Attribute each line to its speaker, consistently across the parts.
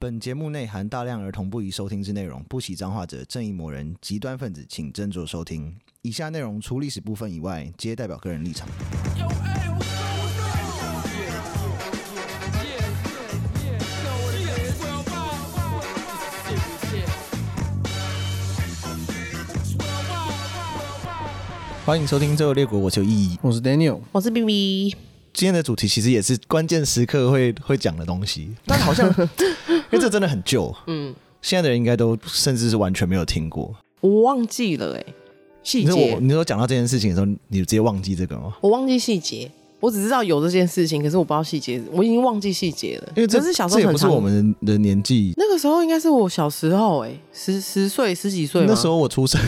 Speaker 1: 本节目内含大量儿童不宜收听之内容，不喜脏话者、正义魔人、极端分子，请斟酌收听。以下内容除历史部分以外，皆代表个人立场。欢迎收听《最后列国》，我是有意义。
Speaker 2: 我是 Daniel，
Speaker 3: 我是冰冰，
Speaker 1: 今天的主题其实也是关键时刻会 会讲的东西，但好 像因为这真的很旧，
Speaker 3: 嗯，
Speaker 1: 现在的人应该都甚至是完全没有听过。
Speaker 3: 我忘记了哎、细
Speaker 1: 你说
Speaker 3: 节
Speaker 1: 我，你说讲到这件事情的时候，你直接忘记这个吗？
Speaker 3: 我忘记细节，我只知道有这件事情，可是我不知道细节，我已经忘记细节了。
Speaker 1: 因为这
Speaker 3: 可是小时
Speaker 1: 这
Speaker 3: 候
Speaker 1: 也
Speaker 3: 很
Speaker 1: 不是
Speaker 3: 常
Speaker 1: 我们的年纪，
Speaker 3: 那个时候应该是我小时候哎、十十岁十几岁吗
Speaker 1: 那时候我出生，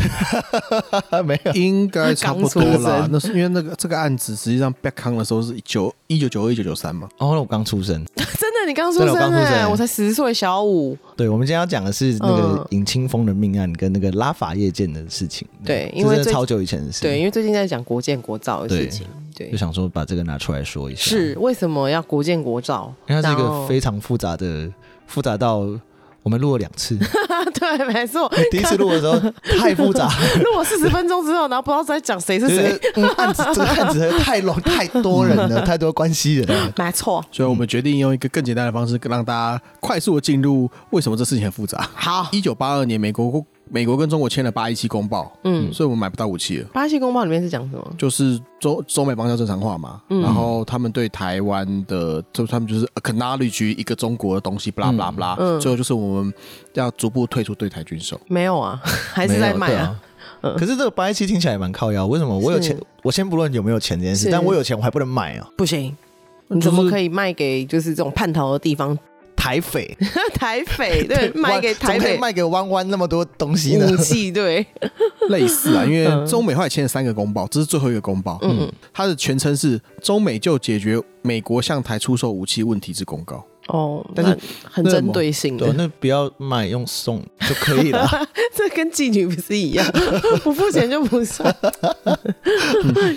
Speaker 1: 没有。
Speaker 2: 应该差不多
Speaker 3: 刚出
Speaker 2: 啦
Speaker 3: 生。
Speaker 2: 那是因为那个这个案子实际上 back 康的时候是九一九九二一九九三嘛，
Speaker 1: 哦，那我刚出生。
Speaker 3: 真的你刚出
Speaker 1: 真
Speaker 3: 生
Speaker 1: 的我刚出
Speaker 3: 哎、
Speaker 1: 生
Speaker 3: 我才十岁小五，
Speaker 1: 对，我们今天要讲的是那个
Speaker 3: 嗯
Speaker 1: 尹清风的命案跟那个拉法叶剑的事情。
Speaker 3: 对
Speaker 1: 这
Speaker 3: 因为
Speaker 1: 真的
Speaker 3: 最
Speaker 1: 超久以前的事。
Speaker 3: 对，，因为最近在讲国建国造的事情，对
Speaker 1: 就，想说把这个拿出来说一下。
Speaker 3: 是为什么要国建国造？
Speaker 1: 因为它是一
Speaker 3: 然
Speaker 1: 个
Speaker 3: 后
Speaker 1: 非常复杂的，复杂到我们录了两次。
Speaker 3: 对，没错，
Speaker 1: 第一次录的时候太复杂，
Speaker 3: 录了四十分钟之后，然后不知道在讲谁 是
Speaker 1: 就
Speaker 3: 谁
Speaker 1: 是，嗯案子这个案子实在太笼太多人 了，太多关系人了。
Speaker 3: 没错，
Speaker 2: 所以我们决定用一个更简单的方式，让大家快速的进入为什么这事情很复杂。
Speaker 3: 好，
Speaker 2: 一九八二年，美国美国跟中国签了八一七公报，
Speaker 3: 嗯，
Speaker 2: 所以我们买不到武器了。
Speaker 3: 巴西公报里面是讲什么？
Speaker 2: 就是中中美邦交正常化嘛，
Speaker 3: 嗯
Speaker 2: 然后他们对台湾的，就他们就是 acknowledge 一个中国的东西，不啦不啦不啦，
Speaker 3: 嗯
Speaker 2: 最后就是我们要逐步退出对台军售。
Speaker 3: 没有啊，还是在卖
Speaker 1: 没有对
Speaker 3: 啊。
Speaker 1: 啊。可是这个八一七听起来也蛮靠腰，为什么？我有钱
Speaker 3: 是，
Speaker 1: 我先不论有没有钱这件事，
Speaker 3: 是
Speaker 1: 但我有钱我还不能买啊！
Speaker 3: 不行，
Speaker 2: 就是
Speaker 3: 怎么可以卖给就是这种叛逃的地方？
Speaker 1: 台匪，
Speaker 3: 台 匪对，卖给
Speaker 1: 怎么
Speaker 3: 台
Speaker 1: 可以
Speaker 3: 匪嗯
Speaker 1: 卖给弯弯那么多东西呢
Speaker 3: 武？器 对，
Speaker 2: 类似啊，因为
Speaker 3: 嗯
Speaker 2: 中美后来签了三个公报，这是最后一个公报。
Speaker 3: 嗯
Speaker 2: 嗯，它的全称是《中美就解决美国向台出售武器问题之公告》。
Speaker 3: 哦，
Speaker 2: 但是
Speaker 3: 那很针对性
Speaker 1: 对，啊
Speaker 3: 的，
Speaker 1: 那不要买，用送就可以了。
Speaker 3: 这跟妓女不是一 样，不付钱就不 算，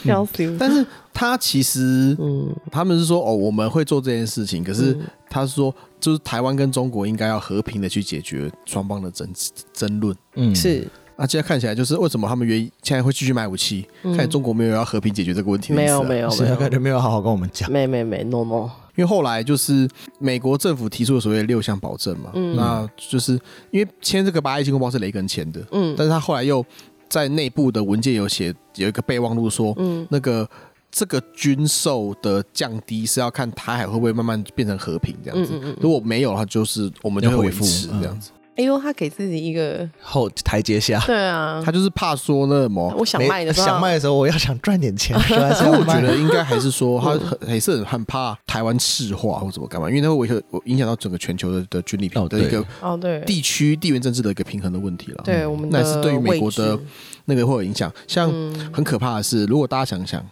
Speaker 3: 要死我！
Speaker 2: 但是它其实
Speaker 3: 嗯，
Speaker 2: 他们是说哦，我们会做这件事情，可是他是说，就是台湾跟中国应该要和平的去解决双方的争争论。
Speaker 1: 嗯，
Speaker 3: 是
Speaker 2: 啊，现在看起来就是为什么他们原现在会继续买武器？看来中国没有要和平解决这个问题的
Speaker 3: 嗯没
Speaker 2: 意思、啊。
Speaker 3: 有没有
Speaker 1: 是
Speaker 3: 没
Speaker 1: 他
Speaker 3: 有
Speaker 1: 感觉没有好好跟我们讲。
Speaker 3: 没没没 no no，
Speaker 2: 因为后来就是美国政府提出了所谓的六项保证嘛，
Speaker 3: 嗯
Speaker 2: 那就是因为签这个八一七公报是雷根签的，
Speaker 3: 嗯
Speaker 2: 但是他后来又在内部的文件有写有一个备忘录说，
Speaker 3: 嗯
Speaker 2: 那个这个军售的降低是要看台海会不会慢慢变成和平这样
Speaker 3: 嗯
Speaker 2: 子，
Speaker 3: 嗯嗯，
Speaker 2: 如果没有的话，就是我们就会维持这样子。
Speaker 3: 哎呦，他给自己一个，
Speaker 1: 后台阶下，
Speaker 3: 对啊
Speaker 2: 他，就是怕说那什么，
Speaker 3: 我想
Speaker 1: 没
Speaker 3: 卖的时候
Speaker 1: 想卖的时候，我要想赚点钱，实 在是
Speaker 2: 但
Speaker 1: 要
Speaker 2: 是我觉
Speaker 1: 卖
Speaker 2: 得应该还是
Speaker 3: 嗯
Speaker 2: 说他很还是很很怕台湾赤化或怎么干嘛，因为它会影影响到整个全球的的军力
Speaker 1: 哦
Speaker 2: 的一
Speaker 1: 对
Speaker 2: 个
Speaker 3: 哦对
Speaker 2: 地区地缘政治的一个平衡的问题了。
Speaker 3: 对，我们
Speaker 2: 那
Speaker 3: 的
Speaker 2: 也是对于美国
Speaker 3: 位置
Speaker 2: 的那个会有影响。像
Speaker 3: 嗯
Speaker 2: 很可怕的是，如果大家想想，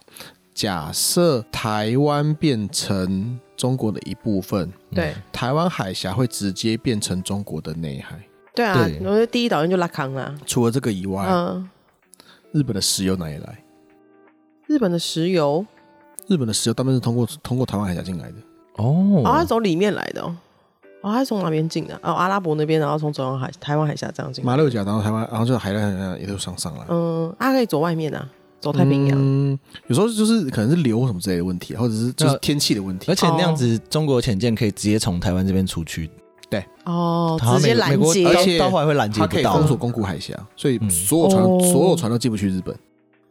Speaker 2: 假设台湾变成中国的一部分，
Speaker 3: 对
Speaker 2: 台湾海峡会直接变成中国的内海。
Speaker 3: 对啊，
Speaker 1: 对
Speaker 3: 我觉得第一导演就拉康啦，
Speaker 2: 除了这个以外，
Speaker 3: 嗯。
Speaker 2: 日本的石油哪里来？
Speaker 3: 日本的石油
Speaker 2: 日本的石油当然是通过通过台湾海峡进来的。
Speaker 1: 哦
Speaker 3: 哦，它是从里面来的哦，哦，它是从哪边进的？哦，阿拉伯那边，然后从中央海、台湾海峡这样进。
Speaker 2: 马六甲，然后台湾，然后就海南海南也都上上来。
Speaker 3: 嗯，它可以走外面啊，走太平洋。
Speaker 2: 嗯，有时候就是可能是流什么之类的问题，或者是就是
Speaker 1: 那
Speaker 2: 天气的问题
Speaker 1: 而。且那样子，中国潜舰可以直接从台湾这边出去，
Speaker 3: 哦，
Speaker 1: 好像
Speaker 3: 直接
Speaker 1: 美
Speaker 3: 拦
Speaker 1: 美国
Speaker 3: 截
Speaker 1: 到
Speaker 2: 而且
Speaker 1: 到后来会拦截
Speaker 2: 它可
Speaker 1: 不
Speaker 2: 以
Speaker 1: 到
Speaker 2: 封。锁宫古海峡，所以
Speaker 1: 嗯
Speaker 2: 所有船、
Speaker 3: 哦
Speaker 2: 所有船都进不去日本。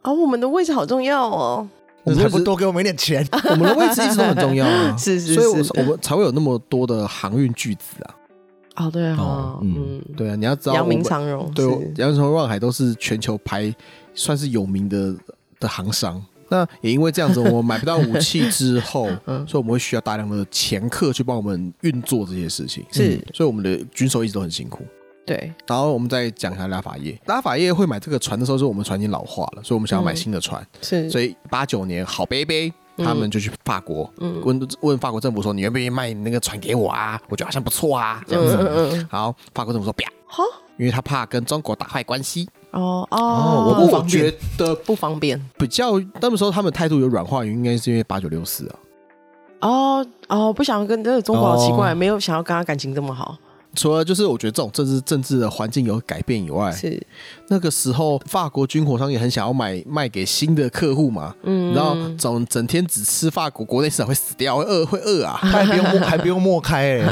Speaker 3: 哦，我们的位置好重要哦。。
Speaker 2: 我们
Speaker 1: 还
Speaker 2: 的
Speaker 1: 不
Speaker 2: 位置，
Speaker 1: 多给我们一点钱？
Speaker 2: 我们的位置一直都很重要啊
Speaker 3: 是是
Speaker 2: 所以我
Speaker 3: 是
Speaker 2: 我们才会有那么多的航运巨子啊。
Speaker 3: 哦，对
Speaker 1: 哦
Speaker 3: 啊，
Speaker 1: 嗯
Speaker 3: 嗯，
Speaker 2: 对啊，你要知道我
Speaker 3: 扬
Speaker 2: 们，
Speaker 3: 名长荣。
Speaker 2: 对
Speaker 3: 是，
Speaker 2: 阳明长望海都是全球排算是有名的的航商。那也因为这样子，我们买不到武器之后，
Speaker 3: 嗯
Speaker 2: 所以我们会需要大量的掮客去帮我们运作这些事情。
Speaker 3: 是
Speaker 2: 嗯所以我们的军手一直都很辛苦。
Speaker 3: 对，
Speaker 2: 然后我们再讲一下拉法叶，拉法叶会买这个船的时候，是我们船已经老化了，所以我们想要买
Speaker 3: 嗯
Speaker 2: 新的船。
Speaker 3: 是，
Speaker 2: 所以八九年好杯杯，
Speaker 3: 嗯
Speaker 2: 他们就去法国、
Speaker 3: 嗯
Speaker 2: 问问法国政府说，你愿不愿意卖你那个船给我啊？我觉得好像不错啊，这样
Speaker 3: 嗯
Speaker 2: 子。
Speaker 3: 嗯嗯，
Speaker 2: 好，法国政府说不要，
Speaker 3: 好，
Speaker 2: 因为他怕跟中国打坏关系。
Speaker 3: 哦
Speaker 1: 哦我
Speaker 3: 哦，
Speaker 1: 不方
Speaker 2: 我
Speaker 1: 便
Speaker 2: 觉得
Speaker 3: 不方便。
Speaker 2: 比较那时候他们态度有软化，应该是因为八九六四啊。
Speaker 3: 哦哦，不想跟这个中国好奇怪，
Speaker 1: 哦
Speaker 3: 没有想要跟他感情这么好。
Speaker 2: 除了就是我觉得这种政治政治的环境有改变以外，
Speaker 3: 是，
Speaker 2: 那个时候法国军火商也很想要买卖给新的客户嘛，
Speaker 3: 嗯，
Speaker 2: 然后整整天只吃法国国内市场会死掉，会饿会饿 啊。
Speaker 1: 他还不用陌还不用陌开 嘞，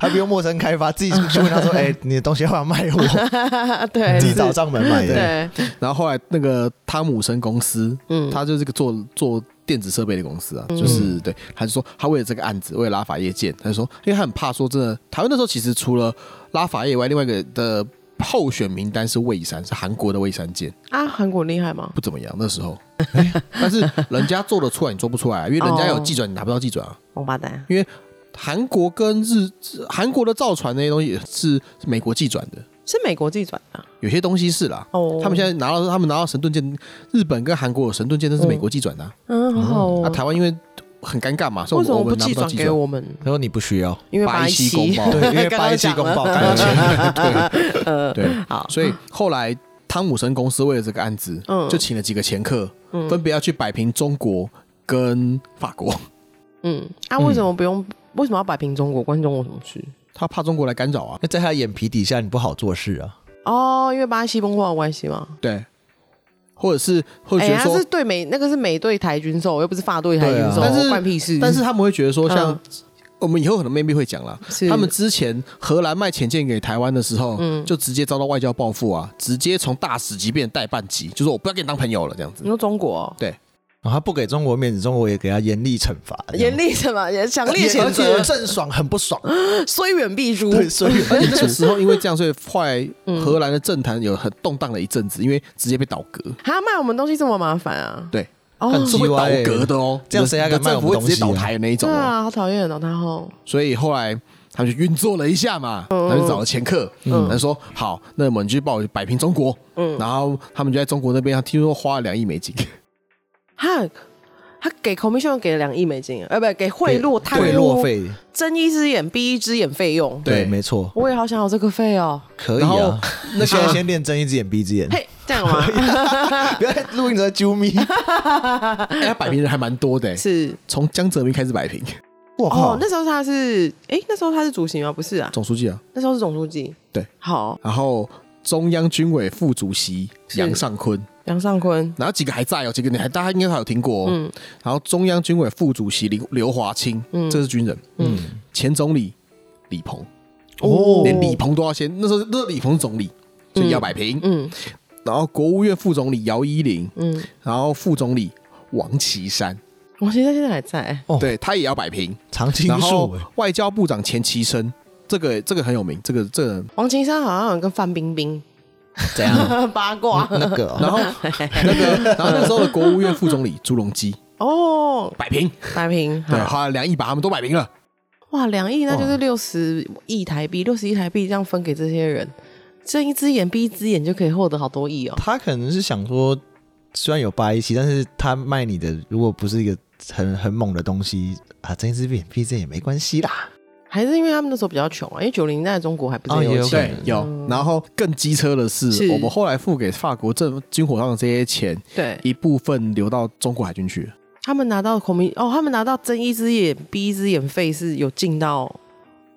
Speaker 1: 还不用陌生开发，自己去问他说：“哎、你的东西要不要卖 我？
Speaker 3: 对，
Speaker 1: 自己
Speaker 3: 是
Speaker 1: 找上门买的。
Speaker 3: 对，
Speaker 2: 然后后来那个汤姆森公司，
Speaker 3: 嗯，
Speaker 2: 他就是个做做电子设备的公司啊，就是对，他就说他为了这个案子，为了拉法叶建，他就说，因为他很怕说真的，台湾那时候其实除了拉法叶以外，另外一个的候选名单是蔚山，是韩国的蔚山舰，
Speaker 3: 啊，韩国厉害吗？
Speaker 2: 不怎么样那时候，哎但是人家做得出来，你做不出来啊，因为人家有技转，你拿不到技转啊。
Speaker 3: 王八蛋，
Speaker 2: 韩国跟日韩国的造船那些东西是美国技转的，
Speaker 3: 是美国自己转的
Speaker 2: 有些东西是啦。
Speaker 3: 哦。
Speaker 2: 他们现在拿到他们拿到神盾舰，日本跟韩国有神盾舰，那是美国寄转的啊、
Speaker 3: 嗯，好好
Speaker 2: 那、
Speaker 3: 哦。
Speaker 2: 台湾因为很尴尬嘛，所以
Speaker 3: 为什么
Speaker 2: 我
Speaker 3: 不
Speaker 2: 们拿
Speaker 3: 寄
Speaker 2: 不到
Speaker 3: 转
Speaker 2: 寄
Speaker 3: 给
Speaker 2: 转。
Speaker 3: 我们？
Speaker 1: 他说：“你不需要。
Speaker 3: 因为
Speaker 2: 巴西
Speaker 3: 西
Speaker 2: 公 报”
Speaker 1: 对，因为
Speaker 3: 刚刚
Speaker 1: 巴西
Speaker 3: 讲
Speaker 1: 公报
Speaker 3: 了
Speaker 1: 刚有钱，
Speaker 3: 呃，
Speaker 2: 对，
Speaker 3: 好，
Speaker 2: 所以后来汤姆森公司为了这个案子，
Speaker 3: 嗯
Speaker 2: 就请了几个前客，
Speaker 3: 嗯
Speaker 2: 分别要去摆平中国跟法国。
Speaker 3: 嗯，啊，为什么不用？为什么要摆平中国？关中国什么事？
Speaker 2: 他怕中国来干扰啊，
Speaker 1: 那 在他眼皮底下，你不好做事啊。
Speaker 3: 哦，因为巴西崩溃的关系嘛。
Speaker 2: 对，或者是会觉
Speaker 3: 哎，
Speaker 2: 得
Speaker 3: 他
Speaker 2: 说，
Speaker 3: 是对美那个是美队台军售，又不是法队台军售，
Speaker 1: 对
Speaker 2: 啊但是
Speaker 3: 关屁事。
Speaker 2: 但是他们会觉得说像，
Speaker 3: 嗯
Speaker 2: 我们以后可能 maybe 会讲啦，
Speaker 3: 是
Speaker 2: 他们之前荷兰卖潜舰给台湾的时候，
Speaker 3: 嗯
Speaker 2: 就直接遭到外交报复啊，直接从大使级变代办级，就是我不要跟你当朋友了这样子
Speaker 3: 你。说中国哦
Speaker 1: 然后他不给中国面子，中国也给他严厉惩罚，
Speaker 2: 嗯
Speaker 3: 严厉什么？也强
Speaker 1: 厉
Speaker 3: 烈谴
Speaker 1: 而
Speaker 3: 责
Speaker 1: 且，郑爽很不爽，
Speaker 3: 虽远必诛。
Speaker 1: 对，所以
Speaker 2: 而且那个时候因为这样，所以后来
Speaker 3: 嗯
Speaker 2: 荷兰的政坛有很动荡了一阵子，因为直接被倒戈。
Speaker 3: 他卖我们东西这么麻烦啊？
Speaker 2: 对，
Speaker 3: 哦，
Speaker 1: 很
Speaker 2: 是会倒戈的哦，
Speaker 1: 这样谁还敢
Speaker 2: 你的
Speaker 1: 卖
Speaker 2: 政
Speaker 1: 我们
Speaker 2: 府会
Speaker 1: 东西啊
Speaker 2: 直接倒台的那一种
Speaker 3: 对
Speaker 2: 哦。
Speaker 3: 啊，好讨厌哦，他后
Speaker 2: 所以后来他们就运作了一下嘛，
Speaker 3: 嗯
Speaker 2: 他就找了前客，他就说好，那我们去帮我摆平中国。
Speaker 3: 嗯
Speaker 2: 然后他们就在中国那边，他听说花了两亿美金。
Speaker 3: 他他给 commission 给了两亿美金，呃，不给贿赂、贪
Speaker 1: 贿赂
Speaker 3: 污、
Speaker 1: 费，
Speaker 3: 睁一只眼闭一只眼费用。
Speaker 1: 对，
Speaker 2: 对
Speaker 1: 没错，
Speaker 3: 我也好想有这个费哦。
Speaker 1: 可以
Speaker 2: 然后
Speaker 1: 啊。那现在先练睁一只眼闭一只眼，
Speaker 3: 嘿，这样 吗？
Speaker 1: 不要在录音者揪咪。
Speaker 2: 哎，他摆平人还蛮多的、欸，
Speaker 3: 是
Speaker 2: 从江泽民开始摆平，
Speaker 1: 我
Speaker 3: 哦
Speaker 1: 靠，，
Speaker 3: 那时候他是哎，那时候他是主席吗？不是啊，
Speaker 2: 总书记啊，
Speaker 3: 那时候是总书记。
Speaker 2: 对，
Speaker 3: 好，
Speaker 2: 然后中央军委副主席杨尚昆，
Speaker 3: 杨尚坤，
Speaker 2: 然后几个还在哦，几个你还大家应该还有听过、哦，
Speaker 3: 嗯
Speaker 2: 然后中央军委副主席刘刘华清，
Speaker 3: 嗯
Speaker 2: 这是军人，
Speaker 1: 嗯，
Speaker 2: 前总理李鹏，
Speaker 1: 哦
Speaker 2: 连李鹏都要先，那时候那时候李鹏是总理，所以要摆平，
Speaker 3: 嗯
Speaker 2: 然后国务院副总理姚依林，
Speaker 3: 嗯，
Speaker 2: 然后副总理王岐山，
Speaker 3: 王先生现在还在，
Speaker 1: 哦
Speaker 2: 对他也要摆平，
Speaker 1: 常青
Speaker 2: 然后
Speaker 1: 树，
Speaker 3: 欸
Speaker 1: 欸
Speaker 2: 外交部长钱其琛。这个这个很有名，这个这个人
Speaker 3: 王青山好像有跟范冰冰
Speaker 1: 怎样？
Speaker 3: 八卦
Speaker 1: 那个 哦
Speaker 2: 然后那个，然后那时候的国务院副总理朱镕基
Speaker 3: 哦，
Speaker 2: 摆平，
Speaker 3: 白平，
Speaker 1: 啊
Speaker 2: 对，
Speaker 3: 好
Speaker 2: 花了两亿把他们都摆平了。
Speaker 3: 哇，两亿那就是
Speaker 1: 哇
Speaker 3: 六十亿台币，六十亿台币这样分给这些人，睁一只眼闭一只眼就可以获得好多亿哦。
Speaker 1: 他可能是想说，虽然有八一七，但是他卖你的如果不是一个很很猛的东西啊，睁一只眼闭一只眼也没关系啦。
Speaker 3: 还是因为他们那时候比较穷啊，因为九零年代的中国还不是
Speaker 1: 哦
Speaker 3: 很
Speaker 1: 也有
Speaker 3: 钱，
Speaker 1: 可能
Speaker 2: 有。然后更机车的是
Speaker 3: 是，
Speaker 2: 我们后来付给法国政军火商的这些钱，
Speaker 3: 对
Speaker 2: 一部分流到中国海军去了。
Speaker 3: 他们拿到孔明哦，他们拿到睁一只眼闭一只眼费是有进到
Speaker 1: 哦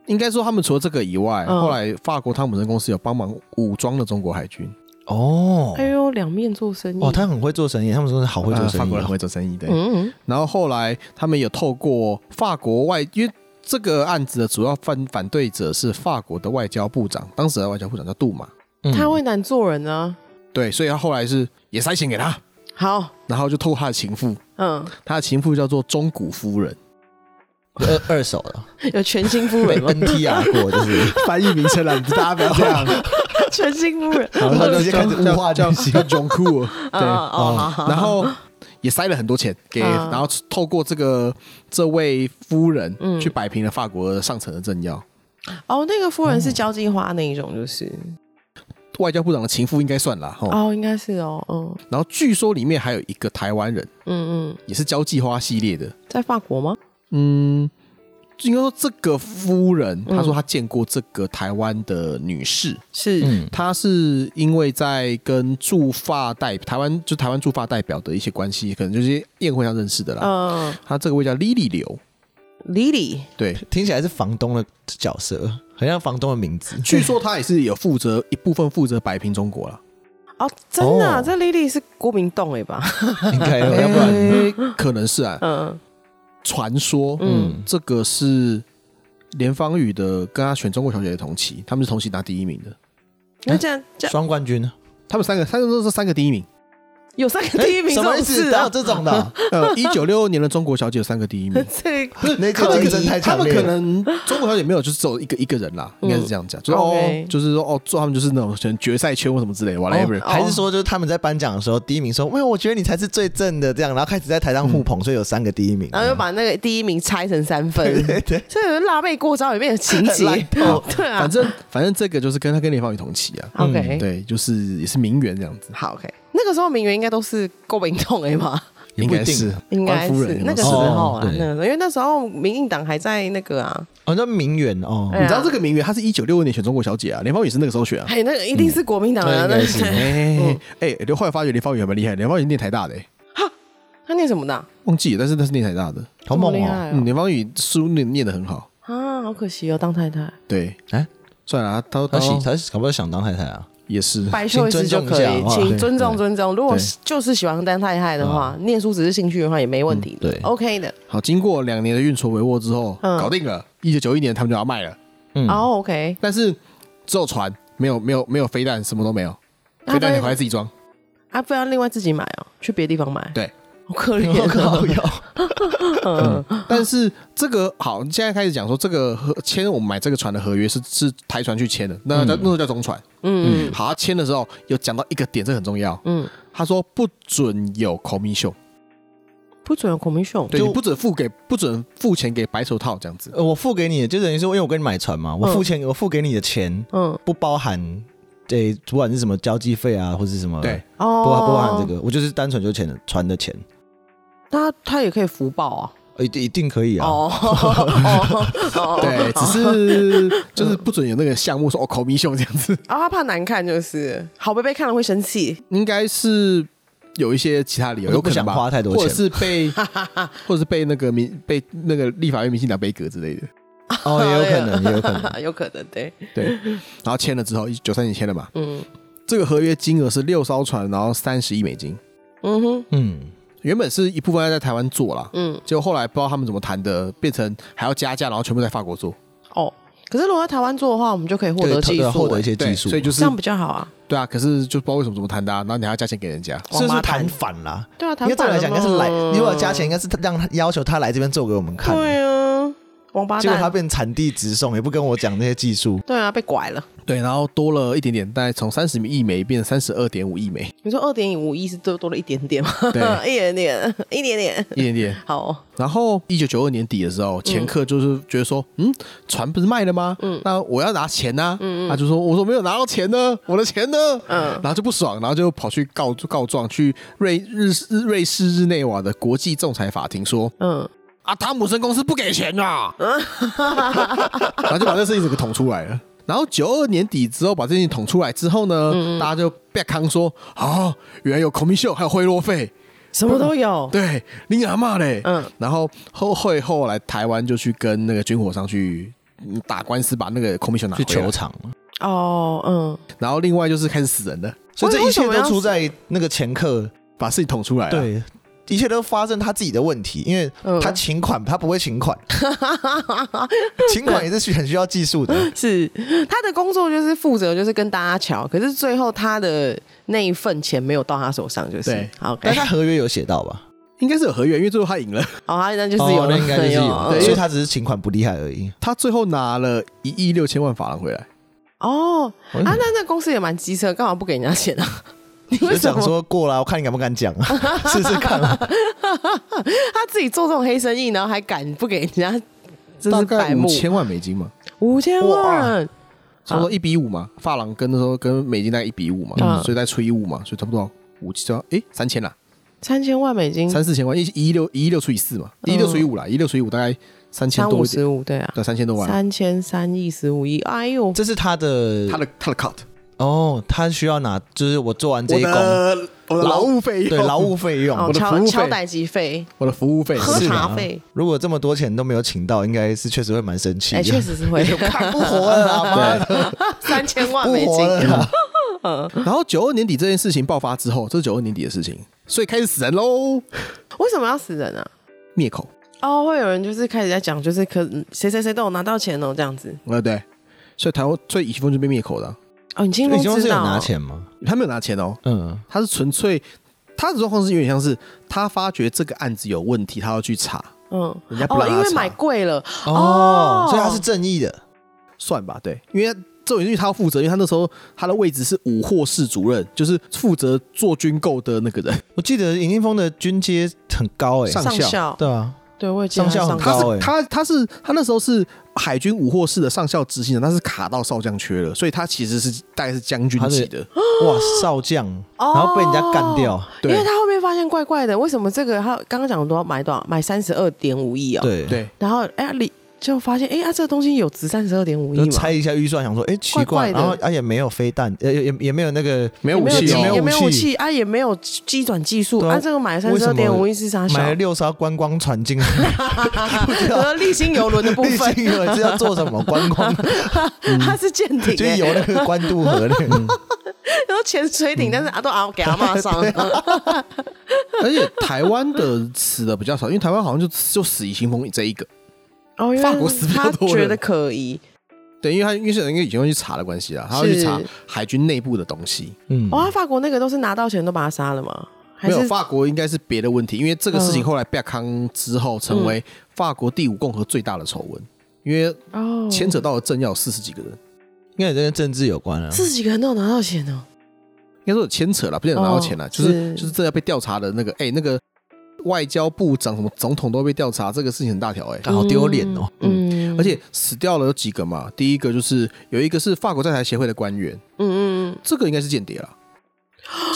Speaker 2: 应该说，他们除了这个以外，
Speaker 3: 嗯
Speaker 2: 后来法国汤姆森公司有帮忙武装了中国海军。
Speaker 1: 哦
Speaker 3: 哎呦，两面做生意
Speaker 1: 哦，他很会做生意，他们说是好会做
Speaker 2: 呃法
Speaker 1: 生意
Speaker 2: 国人
Speaker 1: 哦
Speaker 2: 很。会做生意的。
Speaker 3: 嗯，
Speaker 2: 然后后来他们有透过法国外，因为这个案子的主要反反对者是法国的外交部长，当时的外交部长叫杜马。
Speaker 1: 嗯
Speaker 3: 他会难做人啊。
Speaker 2: 对，所以他后来是也塞钱给他，
Speaker 3: 好，
Speaker 2: 然后就透过他的情妇，
Speaker 3: 嗯，
Speaker 2: 他的情妇叫做中古夫人，
Speaker 1: 二二 手的，
Speaker 3: 有全新夫
Speaker 1: 被
Speaker 3: 人吗？
Speaker 1: NTR 过，就是
Speaker 2: 翻译名称了，大家不要这样。
Speaker 3: 全新夫 人，
Speaker 1: 然后他直接开始物化
Speaker 2: 叫
Speaker 1: 东西
Speaker 2: 叫 John Cool，
Speaker 3: 啊
Speaker 2: 对，
Speaker 3: 哦，好好
Speaker 2: 然后也塞了很多钱给，
Speaker 3: 啊
Speaker 2: 然后透过这个这位夫人
Speaker 3: 嗯
Speaker 2: 去摆平了法国上层的政要。
Speaker 3: 哦，那个夫人是
Speaker 1: 嗯
Speaker 3: 交际花那一种，就是
Speaker 2: 外交部长的情妇应该算啦，哦。
Speaker 3: 哦，应该是哦，嗯
Speaker 2: 然后据说里面还有一个台湾人，
Speaker 3: 嗯
Speaker 2: 也是交际花系列的
Speaker 3: 嗯，，在法国吗？
Speaker 2: 嗯，应该说这个夫人，
Speaker 3: 嗯
Speaker 2: 她说她见过这个台湾的女士，
Speaker 3: 是，
Speaker 1: 嗯，
Speaker 2: 她是因为在跟驻法代台湾就台湾驻法代表的一些关系，可能就是宴会上认识的啦。
Speaker 3: 嗯
Speaker 2: 她这个位叫 Lily 刘，
Speaker 3: 李李，
Speaker 2: 对，
Speaker 1: 听起来是房东的角色，很像房东的名字。
Speaker 2: 据说他也是有负责一部分负责摆平中 国了，
Speaker 3: 哦，真的、啊
Speaker 1: 哦
Speaker 3: 这李李是郭明栋哎吧？
Speaker 1: 应该有，要不然
Speaker 2: 诶可能是啊，
Speaker 3: 嗯
Speaker 2: 传说，
Speaker 3: 嗯
Speaker 2: 这个是连方宇的跟他选中国小姐的同期，他们是同期拿第一名的，
Speaker 3: 那这样这样
Speaker 1: 双冠军呢？
Speaker 2: 他们三个，三个都是三个第 一名。
Speaker 3: 有三个第一名
Speaker 1: 哎什
Speaker 3: 这
Speaker 1: 么
Speaker 3: 种
Speaker 1: 意思？
Speaker 3: 事
Speaker 1: 哪有
Speaker 3: 啊？。
Speaker 1: 这种的？
Speaker 2: 呃，一九六二年的中国小姐有三个第一名
Speaker 3: 这
Speaker 1: 不 是，那
Speaker 2: 他
Speaker 1: 个
Speaker 2: 们
Speaker 1: 竞争太
Speaker 2: 他
Speaker 1: 强
Speaker 2: 们
Speaker 1: 烈
Speaker 2: 可
Speaker 1: 了。
Speaker 2: 能中国小姐没有，就是只有一个一个人啦，应该是这样讲，就是哦
Speaker 3: OK，
Speaker 2: 就是说哦，做他们就是那种可能决赛圈或什么之类的，whatever，
Speaker 3: 哦
Speaker 1: 还是说，就是他们在颁奖的时候，第一名说：“没有，我觉得你才是最正的。”这样，然后开始在台上互捧，所以有三个第一名。
Speaker 3: 然后又把那个第一名拆成三分，这有辣妹过招里面的情节
Speaker 1: 烂，透
Speaker 3: 对啊
Speaker 2: 反正反正这个就是跟他跟连方宇同期啊，
Speaker 1: 哎
Speaker 3: ，OK，
Speaker 2: 对，就是也是名媛这样子，
Speaker 3: 好 OK，那个时候名媛应该都是郭明栋哎吧？
Speaker 1: 也
Speaker 2: 应
Speaker 1: 不一
Speaker 2: 该
Speaker 1: 定啊
Speaker 2: 是
Speaker 3: 应
Speaker 2: 官
Speaker 3: 该
Speaker 2: 夫人
Speaker 3: 是
Speaker 2: 有没有
Speaker 3: 那个时
Speaker 1: 哦
Speaker 3: 候啊，
Speaker 1: 对
Speaker 3: 那个时候因为那时候民进党还在那个啊，
Speaker 1: 哦，那名媛哦，
Speaker 3: 哎
Speaker 2: 你知道这个名媛，她是一九六二年选中国小姐啊，连方宇是那个时候 选啊。
Speaker 3: 还有那个一定是国民党的啊，那
Speaker 2: 哎
Speaker 3: 哦
Speaker 2: 哎哎，刘后来发觉连方宇还蛮厉害，连方宇念台大的、欸，
Speaker 3: 他念什么的啊？
Speaker 2: 忘记了，但是那是念台大的。
Speaker 1: 好猛
Speaker 3: 这么厉
Speaker 1: 哦！
Speaker 3: 害
Speaker 2: 嗯，连方宇书念念的很好，
Speaker 3: 啊，好可惜哦，当太太，
Speaker 2: 对，
Speaker 1: 哎
Speaker 2: 算了，他
Speaker 1: 他
Speaker 2: 他
Speaker 3: 哦
Speaker 1: 喜他搞不好想当太太啊？
Speaker 2: 也是
Speaker 3: 白秀一次就可以，请
Speaker 1: 请
Speaker 3: 尊
Speaker 1: 尊
Speaker 3: 重
Speaker 1: 重
Speaker 3: 尊重。如果
Speaker 2: 对
Speaker 3: 是就是喜欢当太太的话，念书只是兴趣的话也没问题的
Speaker 1: 啊嗯对
Speaker 3: ，OK 的。
Speaker 2: 好。经过两年的运筹帷幄之后，
Speaker 3: 嗯
Speaker 2: 搞定了。一九九一年他们就要卖了，
Speaker 1: 嗯，
Speaker 3: 哦，OK，
Speaker 2: 但是只有船，没有没有没有飞弹，什么都没有，
Speaker 3: 那
Speaker 2: 飞弹你
Speaker 3: 不然
Speaker 2: 回来自己装。
Speaker 3: 啊，不要另外自己买哦，去别的地方买。
Speaker 2: 对，
Speaker 3: 好可怜
Speaker 1: 有
Speaker 3: 哦。嗯
Speaker 2: 但是这个好，现在开始讲说这个合签我们买这个船的合约是是台船去签的，那叫、那时候叫中船。
Speaker 3: 嗯
Speaker 2: 好，他签的时候有讲到一个点，这个很重要。
Speaker 3: 嗯，
Speaker 2: 他说不准有 commission，
Speaker 3: 不准有孔明秀。
Speaker 2: 对，
Speaker 1: 就
Speaker 2: 你不准付给不准付钱给白手套这样子。
Speaker 1: 呃我付给你，就等于是因为我跟你买船嘛，我付
Speaker 3: 嗯
Speaker 1: 钱，我付给你的钱
Speaker 3: 嗯，
Speaker 1: 不包含，对，不管是什么交际费啊，或是什么，
Speaker 2: 对，
Speaker 1: 不
Speaker 3: 哦，
Speaker 1: 包不包含这个，我就是单纯就钱的船的钱，
Speaker 3: 那他也可以福报啊。
Speaker 1: 一定一定可以啊。
Speaker 3: 哦哦哦，
Speaker 2: 对，只是 就是不准有那个项目说哦 commission 这样子，
Speaker 3: 啊，他怕难看就是，好贝贝看了会生气。
Speaker 2: 应该是有一些其他理由，有
Speaker 1: 不
Speaker 2: 可能
Speaker 1: 想
Speaker 2: 吧
Speaker 1: 花太多
Speaker 2: 或
Speaker 1: 钱
Speaker 2: 者，是被 或者是被那个民被那个立法院民进党杯葛之类的。
Speaker 1: 哦，也有可 能，也有可能。
Speaker 3: 有可能，对，
Speaker 2: 对，然后签了之后，九三年签了嘛，
Speaker 3: 嗯
Speaker 2: 这个合约金额是六艘船，然后三十亿美金，
Speaker 3: 嗯哼，
Speaker 1: 嗯，
Speaker 2: 原本是一部分要在台湾做啦。
Speaker 3: 嗯
Speaker 2: 结果后来不知道他们怎么谈的，变成还要加价，然后全部在法国做，
Speaker 3: 哦。可是如果在台湾做的话，我们就可以获
Speaker 1: 对
Speaker 3: 得技术、
Speaker 1: 对获得一些
Speaker 2: 对，
Speaker 1: 技术，
Speaker 2: 所以就
Speaker 3: 这
Speaker 2: 是
Speaker 3: 样比较好啊。
Speaker 2: 对啊，可是就不知道为什么怎么谈的、啊，然后你还要加钱给人家，
Speaker 1: 是不
Speaker 3: 王八
Speaker 1: 是
Speaker 3: 蛋
Speaker 1: 谈反啦？
Speaker 3: 对啊，
Speaker 1: 应该
Speaker 3: 台湾
Speaker 1: 照理来讲，应该是来，
Speaker 3: 嗯
Speaker 1: 如果加钱，应该是让他要求他来这边做给我们看。
Speaker 3: 对啊，王八
Speaker 1: 结果他
Speaker 3: 蛋。
Speaker 1: 变产地直送，也不跟我讲那些技术。
Speaker 3: 对啊，被拐了。
Speaker 2: 对，然后多了一点点，大概从三十亿美变成三十二点五亿美，
Speaker 3: 你说二点五亿是多多了一点点吗？
Speaker 2: 对
Speaker 3: 一点点，一点点。
Speaker 2: 一点点。
Speaker 3: 好哦，
Speaker 2: 然后一九九二年底的时候，前客就是觉得说，嗯，船不是卖了吗？嗯，那我要拿钱呐、啊，他就说，我说没有拿到钱呢，我的钱呢？嗯，然后就不爽，然后就跑去告告状，去瑞日日瑞士日内瓦的国际仲裁法庭说，
Speaker 3: 嗯，
Speaker 2: 啊，汤姆森公司不给钱 啊，然后就把这事情整个捅出来了。然后九二年底之后把这件事情捅出来之后呢，大家就被康说，哦，原来有 commission 还有贿赂费，
Speaker 3: 什么都有。
Speaker 2: 对，你阿骂嘞，
Speaker 3: 嗯
Speaker 2: 嗯，然后后会后来台湾就去跟那个军火商去嗯打官司，把那个 commission 拿
Speaker 1: 去
Speaker 2: 回来
Speaker 1: 球，场，
Speaker 3: 哦，嗯，
Speaker 2: 然后另外就是开始死人了，
Speaker 1: 所以这一切
Speaker 3: 为什么要
Speaker 1: 都出在那个前客，
Speaker 2: 把事情捅出来了，，
Speaker 1: 对，啊一切都发生他自己的问题，因为
Speaker 3: 嗯
Speaker 1: 他请款他不会请款，请款也是需很需要技术的，
Speaker 3: 是他的工作就是负责就是跟大家瞧，可是最后他的那一份钱没有到他手上，就是
Speaker 2: 对
Speaker 3: 好
Speaker 1: 但
Speaker 3: ，OK，
Speaker 1: 他合约有写到吧？
Speaker 2: 应该是有合约，因为最后他赢了，
Speaker 3: 好，他那就是有哎
Speaker 1: 哦
Speaker 3: 那
Speaker 1: 那应该就是有，
Speaker 2: 对
Speaker 1: 所以他只是请款不厉害而已。
Speaker 2: 他最后拿了一亿六千万法郎回来，
Speaker 3: 哦，
Speaker 1: 我
Speaker 3: 啊，那那公司也蛮机车，干嘛不给人家钱啊？你为
Speaker 1: 就
Speaker 3: 什
Speaker 1: 想
Speaker 3: 么
Speaker 1: 说过了，我看你敢不敢讲啊， 试试看 啊。
Speaker 3: 他自己做这种黑生意，然后还敢不给人家？真
Speaker 2: 大
Speaker 3: 是
Speaker 2: 概
Speaker 3: 白
Speaker 2: 五
Speaker 3: 目，
Speaker 2: 千万美金嘛，
Speaker 3: 五千万，
Speaker 2: 差不多一比五嘛，法郎跟那时候跟美金大概一比五嘛，
Speaker 3: 嗯
Speaker 2: 所以再除以五嘛，所以差不多五千，哎，三千啦，
Speaker 3: 三千万美金，
Speaker 2: 三四千万，一一亿六一亿六除以四嘛，一亿六除以五啦，一亿六除以五大概三千
Speaker 3: 三
Speaker 2: 多
Speaker 3: 五
Speaker 2: 一点
Speaker 3: 十，五，对啊，
Speaker 2: 对，三千多万，
Speaker 3: 三千三亿十五亿，哎呦，
Speaker 1: 这是他的，
Speaker 2: 他的他的 cut。
Speaker 1: 哦，他需要拿，就是我做完这
Speaker 2: 我
Speaker 1: 一工，
Speaker 2: 的我的劳务费用，
Speaker 1: 对劳务费用。
Speaker 3: 哦，
Speaker 2: 我的服
Speaker 3: 敲
Speaker 2: 务费
Speaker 3: 敲代机费，
Speaker 2: 我的服务费
Speaker 3: 喝
Speaker 1: 是吗
Speaker 3: 茶费，
Speaker 1: 如果这么多钱都没有请到，应该是确实会蛮生气的。
Speaker 3: 哎，确实是 会
Speaker 1: 看不活了啦，妈的，
Speaker 3: 三千万
Speaker 1: 不
Speaker 3: 美
Speaker 1: 活
Speaker 3: 金，
Speaker 1: 了啦。
Speaker 2: 然后九二年底这件事情爆发之后，这是九二年底的事情，所以开始死人喽，
Speaker 3: 为什么要死人啊？
Speaker 2: 灭口，
Speaker 3: 哦，会有人就是开始在讲，就是可谁谁谁都有拿到钱哦，这样子。
Speaker 2: 呃对，所以台湾所以以西风就被灭口了，
Speaker 3: 哦，你金
Speaker 1: 李
Speaker 3: 融
Speaker 1: 金峰是
Speaker 3: 知
Speaker 1: 有
Speaker 3: 道哦
Speaker 1: 拿钱吗？
Speaker 2: 他没有拿钱哦，
Speaker 1: 嗯，
Speaker 2: 他是纯粹他的状况是有点像是他发觉这个案子有问题，他要去查，
Speaker 3: 嗯，
Speaker 2: 人家不
Speaker 3: 哦，
Speaker 2: 让
Speaker 3: 因
Speaker 2: 他
Speaker 3: 为
Speaker 2: 查，
Speaker 3: 买贵了，
Speaker 1: 哦
Speaker 3: 哦，
Speaker 1: 所以他是正义的。
Speaker 2: 算吧，对，因为。这种因为他要负责，因为他那时候他的位置是武货室主任，就是负责做军购的那个人。
Speaker 1: 我记得尹金峰的军阶很高哎，
Speaker 2: 上
Speaker 3: 上
Speaker 2: 校
Speaker 3: 校，
Speaker 1: 对 啊，
Speaker 3: 对，我也记得他
Speaker 1: 上校很
Speaker 3: 上
Speaker 2: 他
Speaker 1: 高欸
Speaker 2: 是他他是他那时候是海军武货室的上校执行长，他是卡到少将缺了，所以他其实是大概是将军级的。
Speaker 1: 哇，少将，然
Speaker 3: 哦
Speaker 1: 后被人家干掉，
Speaker 3: 因
Speaker 2: 对
Speaker 3: 为他后面发现怪怪的，为什么这个他刚刚讲的都要买多少？买三十二点五亿哦。
Speaker 1: 对，
Speaker 2: 对，
Speaker 3: 然后哎李就发现哎啊这个东西有值三十二点五
Speaker 1: 就
Speaker 3: 亿嘛，
Speaker 1: 猜一下预算，想说哎奇怪，
Speaker 3: 怪怪的
Speaker 1: 然后而且没有飞弹，呃也也也没有那个
Speaker 2: 没有
Speaker 3: 也
Speaker 2: 武
Speaker 3: 没有
Speaker 2: 器
Speaker 3: 机
Speaker 2: 哦，
Speaker 1: 没
Speaker 3: 也
Speaker 1: 有
Speaker 3: 没有
Speaker 1: 武
Speaker 3: 武
Speaker 1: 器
Speaker 3: 器啊，也没有机转技术
Speaker 1: 对啊
Speaker 3: 啊，这个买三
Speaker 1: 为
Speaker 3: 十
Speaker 1: 什
Speaker 3: 二
Speaker 1: 么
Speaker 3: 点五亿是啥小
Speaker 1: 买？了六艘观光船进 来，不知道
Speaker 3: 和立新游轮 的部
Speaker 1: 立
Speaker 3: 分，
Speaker 1: 新以为是要做什么观 光，
Speaker 3: 它是舰
Speaker 2: 嗯
Speaker 3: 艇
Speaker 1: 就是
Speaker 3: 欸，
Speaker 1: 游那个关渡河那 个。
Speaker 3: 然后潜水
Speaker 2: 嗯
Speaker 3: 艇，但是啊都啊给阿 骂上了，
Speaker 2: 啊而且台湾的死的比较少，因为台湾好像就就死于新风这一个。
Speaker 3: 哦，因为
Speaker 2: 法国死比较
Speaker 3: 他
Speaker 2: 多人
Speaker 3: 觉得可疑，
Speaker 2: 对，因为他因为是因为已经会去查的关系啦，他要去查
Speaker 3: 是
Speaker 2: 海军内部的东西。
Speaker 1: 嗯
Speaker 3: 哇，法国那个都是拿到钱都把他杀了吗？还
Speaker 2: 没有
Speaker 3: 是
Speaker 2: 法国应该是别的问题，因为这个事情
Speaker 3: 嗯
Speaker 2: 后来被康之后成为法国第五共和最大的丑闻，因为
Speaker 3: 哦
Speaker 2: 牵扯到的政要四十几个人，
Speaker 1: 应该也跟政治有关啊。
Speaker 3: 四十几个人都有拿到钱哦，
Speaker 2: 应该说有牵扯了，不见得拿到钱了，
Speaker 3: 哦
Speaker 2: 就是
Speaker 3: 是
Speaker 2: 就是这要被调查的那个，哎、那个外交部长什么总统都被调查，这个事情很大条哎、
Speaker 1: 啊好丢脸哦
Speaker 3: 嗯，嗯
Speaker 2: 而且死掉了有几个嘛？第一个就是有一个是法国在台协会的官员，
Speaker 3: 嗯嗯嗯，
Speaker 2: 这个应该是间谍了。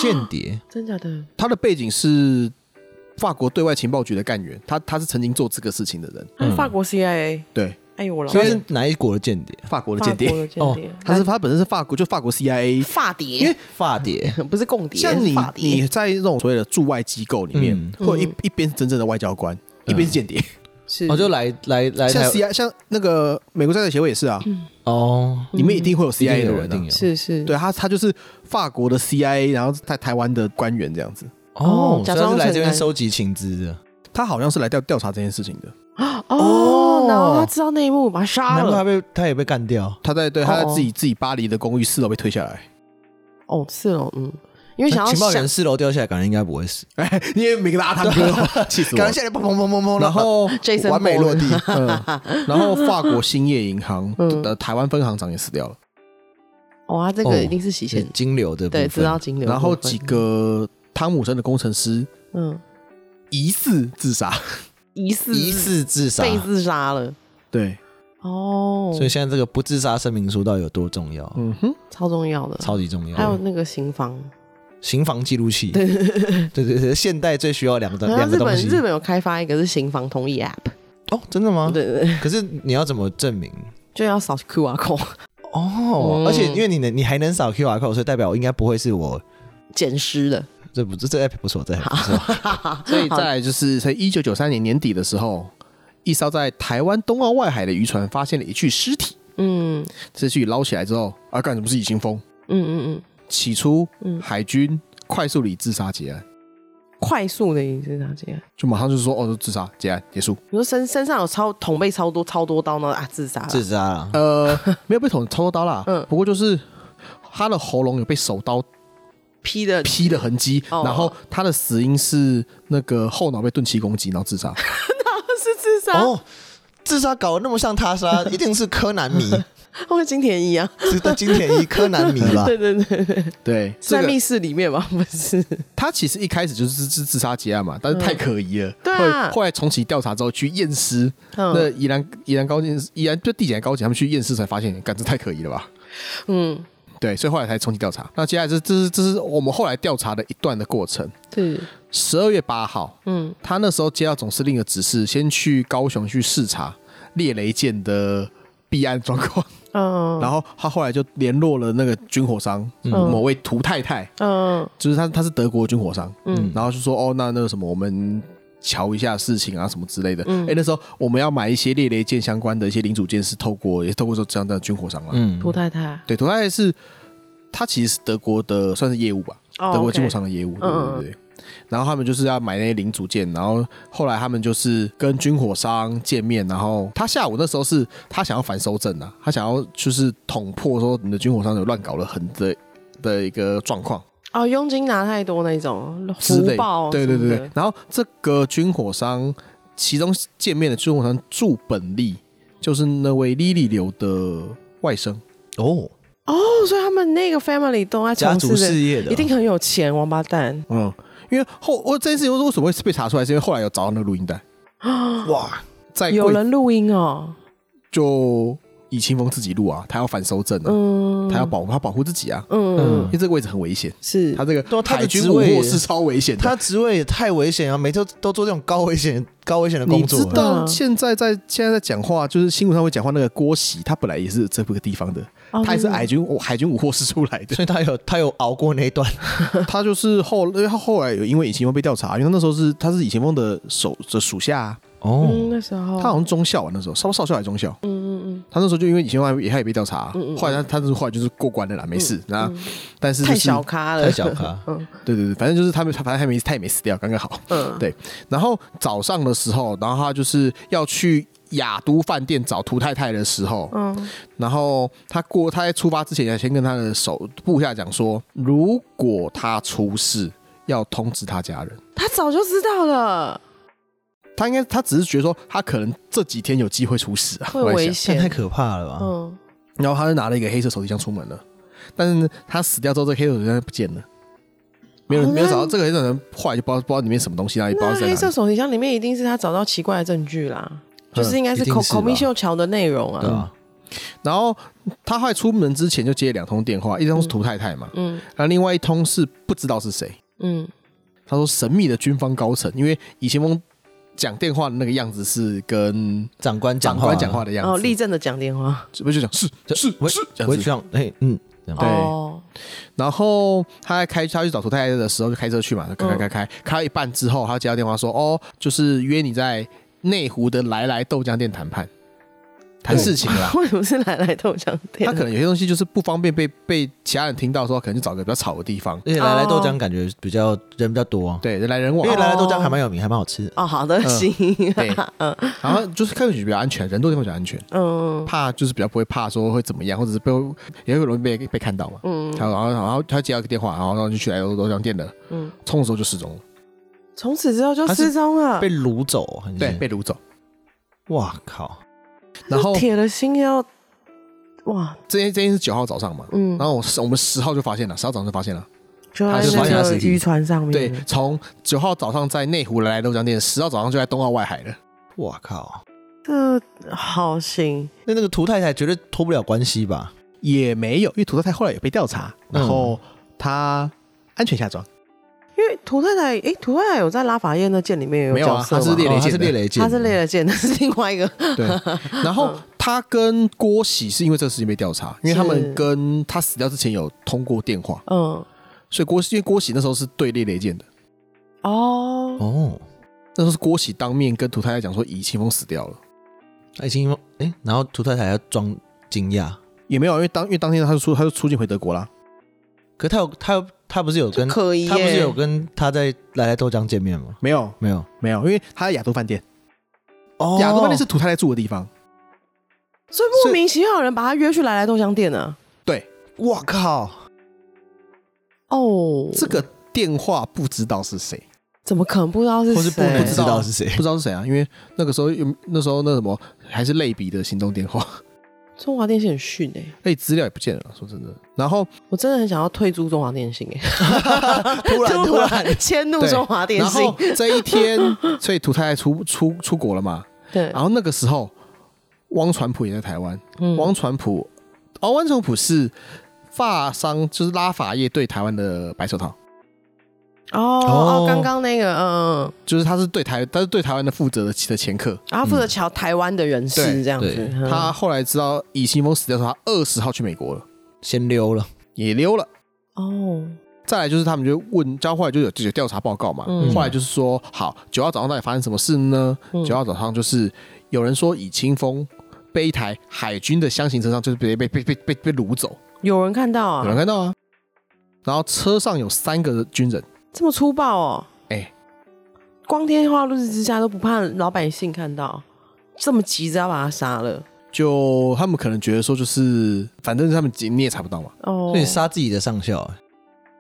Speaker 1: 间谍，
Speaker 3: 真假的哎
Speaker 2: 他的背景是法国对外情报局的干员，他他是曾经做这个事情的人，
Speaker 3: 啊法国 CIA，
Speaker 2: 对，
Speaker 3: 哎呦我老
Speaker 1: 所以是哪一国的间谍？
Speaker 2: 法国的
Speaker 3: 法
Speaker 2: 间
Speaker 3: 国
Speaker 2: 谍。哦
Speaker 3: 的间谍，
Speaker 2: 他是他本身是法国，就法国 CIA。
Speaker 3: 法
Speaker 2: 因
Speaker 3: 谍
Speaker 2: 为，
Speaker 1: 法谍，
Speaker 3: 不是共谍，
Speaker 2: 像你
Speaker 3: 法谍
Speaker 2: 你在这种所谓的驻外机构里面，
Speaker 1: 嗯
Speaker 2: 会有一
Speaker 3: 嗯
Speaker 2: 一边是真正的外交官，一边是间谍。
Speaker 3: 是
Speaker 1: 我哦就来来来
Speaker 2: 像
Speaker 1: 台
Speaker 2: C I 像那个美国在台协会也是啊，
Speaker 3: 嗯
Speaker 1: 哦，
Speaker 2: 里面一定会有
Speaker 1: 一定
Speaker 2: CIA 的
Speaker 1: 有一
Speaker 2: 人、
Speaker 1: 定
Speaker 2: 啊
Speaker 1: 有，
Speaker 3: 是是，
Speaker 2: 对他他就是法国的 CIA，然后在台湾的官员这样子，
Speaker 1: 哦
Speaker 3: 哦，
Speaker 1: 所
Speaker 3: 假
Speaker 1: 以他
Speaker 3: 装
Speaker 1: 是来
Speaker 3: 成
Speaker 1: 这边
Speaker 3: 男
Speaker 1: 收集情资的，
Speaker 2: 他好像是来调调查这件事情的。
Speaker 1: 哦
Speaker 3: 哦，然后他知道内幕，把他杀
Speaker 1: 难怪他
Speaker 3: 了，
Speaker 1: 被他也被干掉。
Speaker 2: 他在对他在
Speaker 3: 哦哦
Speaker 2: 自己自己巴黎的公寓四楼被推下来，
Speaker 3: 哦是哦，嗯，因为想要
Speaker 1: 情报
Speaker 3: 想
Speaker 1: 员四楼掉下来，感觉应该不会死，
Speaker 2: 哎，你也没跟他堂哥 哦，气死我
Speaker 1: 感
Speaker 2: 了
Speaker 1: 觉。下来砰砰砰砰砰，
Speaker 2: 然后
Speaker 3: Jason
Speaker 1: 完美落 地。
Speaker 2: 嗯，然后法国兴业银行
Speaker 3: 嗯
Speaker 2: 的台湾分行长也死掉了，
Speaker 3: 哇，这
Speaker 1: 哦
Speaker 3: 个一定是洗钱，
Speaker 1: 金流的部分
Speaker 3: 对，知道金流，
Speaker 2: 然后几，个汤姆森的工程师
Speaker 3: 嗯，
Speaker 2: 疑似自杀，
Speaker 3: 疑似
Speaker 1: 疑似自杀，
Speaker 3: 被自杀了，
Speaker 2: 对，
Speaker 3: 哦，
Speaker 1: 所以现在这个不自杀声明书到底有多重要？
Speaker 2: 嗯哼，
Speaker 3: 超重要的，
Speaker 1: 超级重
Speaker 3: 还有
Speaker 1: 要。
Speaker 3: 那个刑房，
Speaker 1: 刑房记录器，对对对，现代最需要两个
Speaker 3: 好
Speaker 1: 两
Speaker 3: 像
Speaker 1: 个
Speaker 3: 日
Speaker 1: 东
Speaker 3: 啊本
Speaker 1: 西
Speaker 3: 日本有开发一个是刑房同意 App，
Speaker 1: 哦，真的吗？
Speaker 3: 对对对，
Speaker 1: 可是你要怎么证明？
Speaker 3: 就要扫 QR code
Speaker 1: 哦，
Speaker 3: 嗯
Speaker 1: 而且因为你能，你还能扫 QR code，所以代表应该不会是我，
Speaker 3: 捡 尸的，
Speaker 1: 这不这这 app 不是我这 app 不是我
Speaker 2: 所以再来就是在一九九三年年底的时候，一艘在台湾东澳外海的渔船发现了一具尸体。
Speaker 3: 嗯
Speaker 2: 这具捞起来之后，啊，干什么是已经风？
Speaker 3: 嗯嗯
Speaker 2: 起初
Speaker 3: 嗯，嗯，
Speaker 2: 海军快速里自杀结案，
Speaker 3: 快速的影子打劫。
Speaker 2: 就马上就说哦，自杀结案结束。
Speaker 3: 你说身身上有超捅被超多超多刀呢啊，自杀了，
Speaker 1: 自杀啊了。
Speaker 2: 呃，没有被捅操作刀啦，
Speaker 3: 嗯
Speaker 2: 不过就是他的喉咙有被手刀
Speaker 3: 劈的
Speaker 2: 劈的痕迹，
Speaker 3: 哦
Speaker 2: 然后他的死因是那个后脑被钝器攻击，然后自 杀。
Speaker 3: 是自杀，
Speaker 1: 哦，自杀搞得那么像他杀，一定是柯南 迷，
Speaker 3: 或者金田一啊，
Speaker 1: 是的金田一柯南迷吧？
Speaker 3: 对对对对，
Speaker 2: 对，这
Speaker 3: 在
Speaker 2: 个
Speaker 3: 密室里面吧，不是，
Speaker 2: 他其实一开始就是自自杀结案嘛，但是太可疑了。
Speaker 3: 对啊
Speaker 2: 后后来重启调查之后去验尸，那
Speaker 3: 嗯
Speaker 2: 宜兰宜兰高警宜兰就地检的高警他们去验尸才发现，干这太可疑了吧？
Speaker 3: 嗯，
Speaker 2: 对，所以后来才重启调查。那接下来这这是这是我们后来调查的一段的过程。
Speaker 3: 是，
Speaker 2: 十二月八号，
Speaker 3: 嗯
Speaker 2: 他那时候接到总司令的指示，先去高雄去视察猎雷舰的避案状况。
Speaker 3: 嗯嗯
Speaker 2: 然后他后来就联络了那个军火商、某位涂太太，
Speaker 3: 嗯
Speaker 2: 就是他他是德国军火商，
Speaker 3: 嗯
Speaker 2: 然后就说哦，那那个什么，我们瞧一下事情啊，什么之类的。哎、
Speaker 3: 嗯
Speaker 2: 那时候我们要买一些猎雷舰相关的一些零组件，是透过也是透过说这样的军火商啦。
Speaker 1: 嗯
Speaker 3: 涂太太，
Speaker 2: 对，涂太太是他其实是德国的算是业务吧，
Speaker 3: 哦
Speaker 2: 德国
Speaker 3: OK
Speaker 2: 军火商的业务，对
Speaker 3: 嗯
Speaker 2: 对对。然后他们就是要买那些零组件，然后后来他们就是跟军火商见面，然后他下午那时候是他想要反收证啊，他想要就是捅破说你的军火商有乱搞了很的的一个状况。
Speaker 3: 哦，佣金拿太多那种，
Speaker 2: 之类
Speaker 3: 福报，啊
Speaker 2: 对对对对。，然后这个军火商，其中见面的军火商驻本利，就是那位 Lily 流的外甥，
Speaker 1: 哦，
Speaker 3: 哦，所以他们那个 family 都在
Speaker 1: 家
Speaker 3: 从
Speaker 1: 族
Speaker 3: 事
Speaker 1: 事业
Speaker 2: 啊
Speaker 3: 的，
Speaker 1: 的
Speaker 3: 一定很有钱，王八蛋。
Speaker 2: 嗯。因为后我这件事情为什么会被查出来，是因为后来有找到那个录音带，
Speaker 1: 哇，
Speaker 2: 在
Speaker 3: 有
Speaker 2: 贵
Speaker 3: 人录音哦，
Speaker 2: 就以清风自己录啊，他要反收证啊，
Speaker 3: 嗯，
Speaker 2: 他要保护他保护自己啊，
Speaker 3: 嗯
Speaker 1: 嗯
Speaker 2: 因为这个位置很危险，
Speaker 3: 是
Speaker 2: 他这
Speaker 1: 对
Speaker 2: 个
Speaker 1: 啊他的
Speaker 2: 海军
Speaker 1: 职
Speaker 2: 捕
Speaker 1: 位
Speaker 2: 获是超危险的。
Speaker 1: 他职位也太危险啊，每天都做这种高危险、高危险的
Speaker 2: 你
Speaker 1: 工作
Speaker 2: 知，道
Speaker 3: 嗯
Speaker 2: 现在在现在在讲话，就是新闻上会讲话那个郭喜，他本来也是这个地方的，
Speaker 3: 哦
Speaker 2: 他也是
Speaker 3: 真的
Speaker 2: 海军海军武获师出来的，
Speaker 1: 所以他有他有熬过那一 段，
Speaker 2: 他就是后，因为他后来有因为尹奇峰被调查，因为他那时候是他是尹奇峰的手的属下啊、
Speaker 1: 哦
Speaker 3: 嗯，那时候
Speaker 2: 他好像中校啊，那时候少少校还是中校，
Speaker 3: 嗯嗯
Speaker 2: 他那时候就因为尹奇峰也他也被调查啊、
Speaker 3: 嗯嗯嗯
Speaker 2: 后来他他就是后来就是过关的啦，没事。那、
Speaker 3: 嗯
Speaker 2: 但是
Speaker 3: 嗯，
Speaker 2: 就
Speaker 3: 太
Speaker 2: 是
Speaker 3: 小咖了，
Speaker 1: 太小 咖
Speaker 2: 对对对，反正就是他们反正他没他也没死掉，刚刚好。
Speaker 3: 嗯，
Speaker 2: 对然后早上的时候，然后他就是要去雅都饭店找涂太太的时候，
Speaker 3: 嗯
Speaker 2: 然后他过他在出发之前，要先跟他的手部下讲说，如果他出事，要通知他家人。
Speaker 3: 他早就知道了，
Speaker 2: 他应该他只是觉得说他可能这几天有机会出事啊，
Speaker 3: 会
Speaker 2: 我在
Speaker 3: 危
Speaker 2: 想
Speaker 1: 这样太
Speaker 3: 险，
Speaker 1: 可怕了吧？
Speaker 3: 嗯，
Speaker 2: 然后他就拿了一个黑色手提箱出门了，但是呢他死掉之后，这个黑色手提箱不见了，没有人、
Speaker 3: 哦
Speaker 2: 没有找到
Speaker 3: 那
Speaker 2: 这个黑色手提箱，后来就不知道不知道里面什么东西，然后也不知道
Speaker 3: 那
Speaker 2: 是在哪
Speaker 3: 黑色
Speaker 2: 里。嗯
Speaker 3: 手提箱里面一定是他找到奇怪的证据啦，就是应该是
Speaker 1: 一定
Speaker 3: 口
Speaker 1: 是
Speaker 3: 口
Speaker 1: 吧
Speaker 3: 蜜秀桥的内容
Speaker 1: 对
Speaker 3: 啊，
Speaker 1: 吧？
Speaker 2: 然后他后来出门之前就接了两通电话，一通是涂太太嘛，
Speaker 3: 嗯
Speaker 2: 然后另外一通是不知道是谁。
Speaker 3: 嗯
Speaker 2: 他说神秘的军方高层，因为以前峰讲电话的那个样子是跟
Speaker 1: 长官
Speaker 2: 长
Speaker 1: 讲话，
Speaker 2: 官讲话的样
Speaker 3: 哦，
Speaker 2: 子，
Speaker 3: 立正的讲电话，
Speaker 2: 是不是就讲是
Speaker 1: 这，
Speaker 2: 是
Speaker 1: 我
Speaker 2: 是这
Speaker 1: 我
Speaker 2: 样
Speaker 1: 也
Speaker 2: 子？
Speaker 1: 想，哎，嗯，这样
Speaker 2: 对
Speaker 3: 哦，
Speaker 2: 然后他在开他去找涂太太的时候就开车去嘛，开开开开，开到一半之后，他接到电话说，哦，就是约你在内湖的来来豆浆店谈判，谈事情啦。
Speaker 3: 为什么是奶奶豆浆店
Speaker 2: 他？可能有些东西就是不方便被被其他人听到的时候，可能就找个比较吵的地方，
Speaker 1: 而且来来豆浆感觉比较人比较多啊，
Speaker 2: 对，人来人往
Speaker 1: 因为，来来豆浆
Speaker 3: 哦
Speaker 1: 还蛮有名，还蛮好吃的。
Speaker 3: 哦，好的，行，
Speaker 2: 嗯 对，然后就是看上去比较安全，人多地方比较安全，
Speaker 3: 嗯
Speaker 2: 怕就是比较不会怕说会怎么样，或者是被也会容易被被看到嘛。
Speaker 3: 嗯
Speaker 2: 然后然后然后他接到一个电话，然后然后就去来豆豆浆店了，
Speaker 3: 嗯，
Speaker 2: 冲的时候就失踪了，
Speaker 3: 从此之后就
Speaker 1: 他是
Speaker 3: 失踪了
Speaker 1: 嗯被，掳走，还是
Speaker 2: 对，嗯被掳走。
Speaker 1: 哇靠，
Speaker 2: 然后
Speaker 3: 铁了心要，哇，
Speaker 2: 这件这件是九号早上嘛，
Speaker 3: 嗯
Speaker 2: 然，后我十我们十号就发现了，十号早上就发现了。
Speaker 3: 就
Speaker 2: 他
Speaker 3: 在
Speaker 2: 就发现
Speaker 3: 那
Speaker 1: 他
Speaker 3: 个
Speaker 1: 尸体
Speaker 3: 渔船上面，
Speaker 2: 对，从九号早上在内湖来来豆浆店，十号早上就在东澳外海了。
Speaker 1: 哇靠，
Speaker 3: 这好行，
Speaker 1: 那那个涂太太绝对脱不了关系吧？
Speaker 2: 也没有，因为涂太太后来也被调查，然后她安全下装，
Speaker 3: 因为涂太太，诶，涂太太有在拉法叶那舰里面
Speaker 2: 没有啊
Speaker 3: 角色
Speaker 2: 她是
Speaker 3: 吗
Speaker 2: 猎
Speaker 1: 哦
Speaker 2: 雷
Speaker 1: 她
Speaker 2: 剑
Speaker 1: 是
Speaker 2: 的
Speaker 1: 猎雷剑，
Speaker 3: 她是猎了剑，那是另外一个，
Speaker 2: 对。然后她跟郭喜是因为这个事情被调查，因为他们跟她死掉之前有通过电话，
Speaker 3: 嗯，
Speaker 2: 所以郭喜因为郭喜那时候是对猎雷剑的，
Speaker 3: 哦，
Speaker 1: 哦，
Speaker 2: 那时候是郭喜当面跟涂太太讲说以清风死掉了，
Speaker 1: 爱情哎，然后涂太太要装惊讶，
Speaker 2: 也没有啊，因为当因为当天他就出他就出境回德国啦，
Speaker 1: 可他有他有他不是有跟
Speaker 3: 可疑
Speaker 1: 他不是
Speaker 3: 耶
Speaker 1: 有跟他在来来豆浆见面吗？
Speaker 2: 没有
Speaker 1: 没有，
Speaker 2: 没有，因为他在亚都饭店，
Speaker 1: 哦
Speaker 2: 亚都饭店是涂太太住的地方，
Speaker 3: 所以莫名其妙有人把他约去来来豆浆店啊呢、
Speaker 2: 对，
Speaker 1: 哇靠，
Speaker 3: 哦，
Speaker 2: 这个电话不知道是谁。
Speaker 3: 怎么可能不知道是
Speaker 1: 或是不
Speaker 3: 谁？
Speaker 1: 不知道是谁
Speaker 2: 不，知道是谁啊，因为那个时候有那时候那什么还是类比的行动电话，
Speaker 3: 中华电信很逊哎、
Speaker 2: 哎，资料也不见了，说真的。然 后
Speaker 3: 我真的很想要退出中华电信哎、
Speaker 1: 突然突然，
Speaker 3: 迁 怒
Speaker 2: 对
Speaker 3: 中华电
Speaker 2: 然
Speaker 3: 信
Speaker 2: 后，这一 天，所以涂太太出出出国了嘛，
Speaker 3: 对，
Speaker 2: 然后那个时候汪传普也在台湾，
Speaker 3: 嗯
Speaker 2: 汪传普哦，汪传普是发商，就是拉法叶对台湾的白手套，
Speaker 3: 哦哦，刚刚那个，嗯嗯，
Speaker 2: 就是他是对台，他是对台湾的负责的的前客。
Speaker 3: 然后负责瞧台湾的人事
Speaker 2: 对
Speaker 3: 这样子
Speaker 1: 对，
Speaker 3: 嗯
Speaker 2: 他后来知道以新峰死掉的时候，他二十号去美国了，
Speaker 1: 先溜了。
Speaker 2: 也溜了。
Speaker 3: 哦，
Speaker 2: 再来就是他们就问，交后来就有就有调查报告嘛。
Speaker 3: 嗯
Speaker 2: 后来就是说，好，九号早上到底发生什么事呢？
Speaker 3: 嗯
Speaker 2: 九、号早上就是有人说以清风被一台海军的箱型车上就是被被被被被被掳走，
Speaker 3: 有人看到
Speaker 2: 有人
Speaker 3: 啊，
Speaker 2: 看到啊。然后车上有三个军人，
Speaker 3: 这么粗暴哦，
Speaker 2: 哎
Speaker 3: 光天化日之下都不怕老百姓看到，这么急着要把他杀了，
Speaker 2: 就他们可能觉得说就是，反正他们你也查不到嘛。
Speaker 3: 哦
Speaker 1: 所以，杀自己的上校、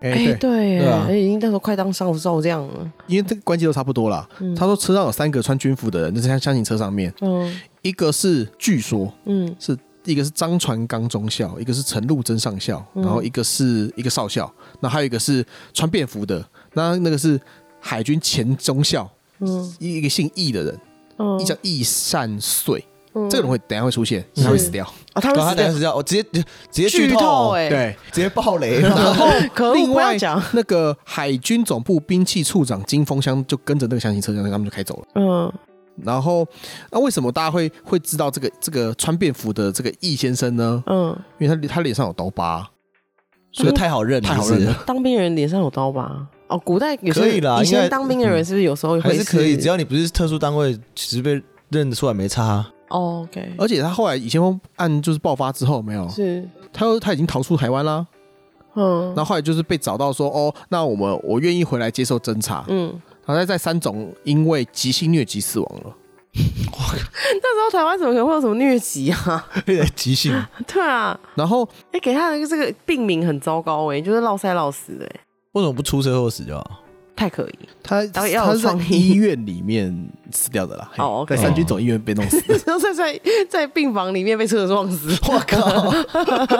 Speaker 1: 欸，
Speaker 2: 哎
Speaker 3: 哎，对耶，
Speaker 1: 对啊
Speaker 3: 哎已经那时候快当上寿这样了，
Speaker 2: 因为这个关系都差不多啦。
Speaker 3: 嗯
Speaker 2: 他说车上有三个穿军服的人，就是像箱型车上面，
Speaker 3: 嗯
Speaker 2: 一个是据说
Speaker 3: 嗯
Speaker 2: 一个是张传刚中校，一个是陈陆贞上校，
Speaker 3: 嗯
Speaker 2: 然后一个是一个少校，那还有一个是穿便服的，那那个是海军前中校，
Speaker 3: 嗯
Speaker 2: 一一个姓易的人，
Speaker 3: 嗯
Speaker 2: 一叫易善穗，
Speaker 3: 嗯
Speaker 2: 这个人会等一下会出现，他会死掉。
Speaker 3: 啊，他
Speaker 1: 然后
Speaker 3: 们
Speaker 1: 他
Speaker 3: 死
Speaker 1: 等下
Speaker 3: 掉
Speaker 1: 是叫我直接直接
Speaker 3: 剧
Speaker 1: 剧
Speaker 3: 透
Speaker 1: 透，
Speaker 3: 哎，，
Speaker 2: 对，
Speaker 1: 直接爆 雷。
Speaker 2: 然后
Speaker 3: 可恶
Speaker 2: 另
Speaker 3: 不要
Speaker 2: 外
Speaker 3: 讲
Speaker 2: 那个海军总部兵器处长金风香就跟着那个箱型车厢，他们就开走了。
Speaker 3: 嗯
Speaker 2: 然后，那为什么大家会会知道这个这个穿便服的这个易先生呢？
Speaker 3: 嗯，
Speaker 2: 因为他他脸上有刀疤，
Speaker 1: 这个太好认了，
Speaker 2: 太好认了
Speaker 1: 是，
Speaker 3: 当兵人脸上有刀吧？哦，古代有些
Speaker 1: 可以啦
Speaker 3: 以
Speaker 1: 应
Speaker 3: 前
Speaker 1: 该嗯
Speaker 3: 当兵的人是不是有时候
Speaker 1: 还
Speaker 3: 会
Speaker 1: 是可以，只要你不是特殊单位，其实被认得出来没差 啊。
Speaker 3: 哦 OK，
Speaker 2: 而且他后来以前风案就是爆发之后，没有，
Speaker 3: 是
Speaker 2: 他又他已经逃出台湾啦。
Speaker 3: 嗯
Speaker 2: 然后后来就是被找到说，哦，那我们我愿意回来接受侦查。
Speaker 3: 嗯，
Speaker 2: 然后在在三种因为急性疟疾死亡了。
Speaker 3: 那时候台湾怎么可能会有什么疟疾啊？
Speaker 1: 有点急性，
Speaker 3: 对啊，
Speaker 2: 然后
Speaker 3: 哎、给他的这个病名很糟糕哎、就是落塞落死的、欸，
Speaker 1: 为什么不出车祸死就好？
Speaker 3: 太可以。
Speaker 2: 他
Speaker 3: 导演要有
Speaker 2: 他是在
Speaker 3: 创意
Speaker 2: 医院里面死掉的啦，嘿
Speaker 3: 哦，OK
Speaker 2: 在三军总医院被弄死的。
Speaker 3: 然后在在 在病房里面被车撞死， 我靠！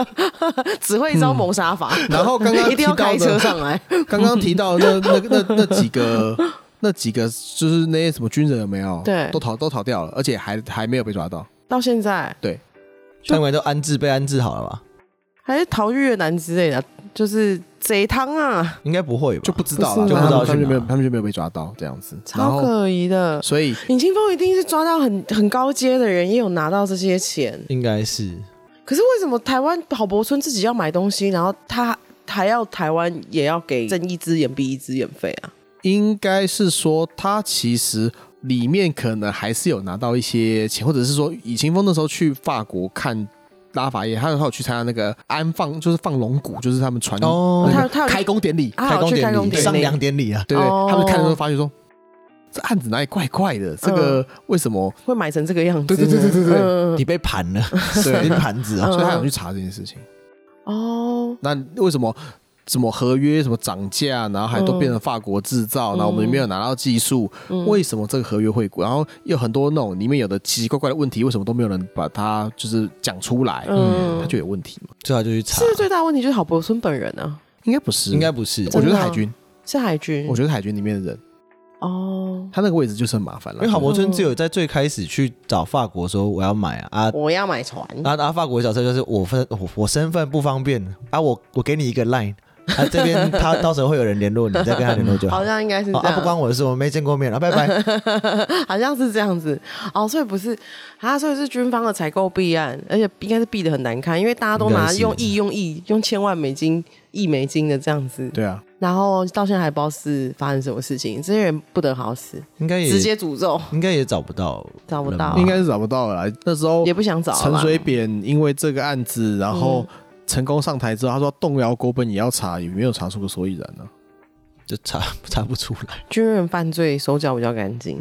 Speaker 3: 只会一招谋杀法，
Speaker 2: 然后刚刚
Speaker 3: 一
Speaker 2: 提
Speaker 3: 定要
Speaker 2: 到
Speaker 3: 开车
Speaker 2: 的，
Speaker 3: 上来。
Speaker 2: 刚刚提到的那那那那几个。那几个就是那些什么军人有没有？
Speaker 3: 对
Speaker 2: 都逃都逃掉了，而且还还没有被抓到。
Speaker 3: 到现在
Speaker 1: 相关都安置被安置好了吧？
Speaker 3: 还是逃越南之类的，欸啊就是贼汤啊，
Speaker 1: 应该不会吧？
Speaker 2: 就不知道
Speaker 3: 不
Speaker 2: 了，
Speaker 3: 是
Speaker 2: 他
Speaker 3: 吗
Speaker 2: 们
Speaker 1: 就不知道
Speaker 2: 他们就没有，
Speaker 1: 去哪
Speaker 2: 他们就没有被抓到这样子。然
Speaker 3: 超
Speaker 2: 后，
Speaker 3: 可疑的。
Speaker 2: 所以
Speaker 3: 尹清峰一定是抓到很很高阶的人，也有拿到这些钱。
Speaker 1: 应该是
Speaker 3: 可是为什么台湾郝柏村自己要买东西，然后他还要台湾也要给睁一只眼闭一只眼费啊？
Speaker 2: 应该是说他其实里面可能还是有拿到一些钱，或者是说以前峰那时候去法国看拉法耶，他他有去参加那个安放，就是放龙骨，就是他们船、
Speaker 1: 哦
Speaker 2: 那
Speaker 3: 他
Speaker 2: 个
Speaker 3: 他有
Speaker 2: 开工典礼，
Speaker 3: 他有去开工
Speaker 1: 礼、
Speaker 3: 典
Speaker 1: 上
Speaker 3: 礼
Speaker 1: 梁典礼啊，
Speaker 2: 对对，
Speaker 3: 哦
Speaker 2: 他们看的时候发现说。这案子哪里怪怪的？这个
Speaker 3: 嗯
Speaker 2: 为什么？
Speaker 3: 会买成这个样子呢？
Speaker 2: 对对对对对对
Speaker 3: 嗯
Speaker 1: 你被盘了， 你
Speaker 2: 对，
Speaker 1: 盘子啊，
Speaker 2: 所以他想去查这件事情。
Speaker 3: 哦，
Speaker 2: 那为什么什么合约什么涨价，然后还都变
Speaker 3: 嗯
Speaker 2: 成法国制造，然后我们没有拿到技术，为什么这个合约会过？然后有很多那种里面有的奇奇怪怪的问题，为什么都没有人把它就是讲出来？
Speaker 3: 嗯
Speaker 2: 它就有问题嘛？
Speaker 1: 最后就去查
Speaker 3: 是不，是最大的问题就是郝柏村本人啊？
Speaker 2: 应该不是，
Speaker 1: 应该不是，
Speaker 2: 我
Speaker 1: 因
Speaker 2: 觉
Speaker 3: 真
Speaker 2: 得
Speaker 3: 的啊
Speaker 2: 海军，
Speaker 3: 是海军？
Speaker 2: 我觉得海军里面的人，
Speaker 3: 哦，
Speaker 2: 他那个位置就是很麻烦了。
Speaker 1: 为郝柏村
Speaker 3: 嗯
Speaker 1: 只有在最开始去找法国说我要买啊啊
Speaker 3: 我要买船。
Speaker 1: 然后，然后法国的角色就是我分我我身份不方便啊，我我给你一个 line，啊这 边他到时候会有人联络你，再跟他联络就好。
Speaker 3: 好像应该是这
Speaker 1: 哦
Speaker 3: 样，
Speaker 1: 啊，不关我的事，我们没见过面啊，拜 拜。
Speaker 3: 好像是这样子哦，所以不是啊，所以是军方的采购弊案，而且应该是避的很难看，因为大家都
Speaker 1: 应
Speaker 3: 拿
Speaker 1: 该是
Speaker 3: 用亿用亿用千万美金亿美金的这样子，
Speaker 2: 对啊，
Speaker 3: 然后到现在还不知道是发生什么事情，这些人不得好死，
Speaker 1: 应该也
Speaker 3: 直接诅咒，
Speaker 1: 应该也找不到，
Speaker 3: 找不到
Speaker 1: 啊
Speaker 2: 应该是找不到了啦。那时候
Speaker 3: 也不嗯想找了
Speaker 2: 陈
Speaker 3: 吧。
Speaker 2: 水扁因为这个案子，然后成功上台之后，他说动摇国本也要查，也没有查出个所以然呢、
Speaker 1: 就查查不出来。
Speaker 3: 军人犯罪手脚比较干净，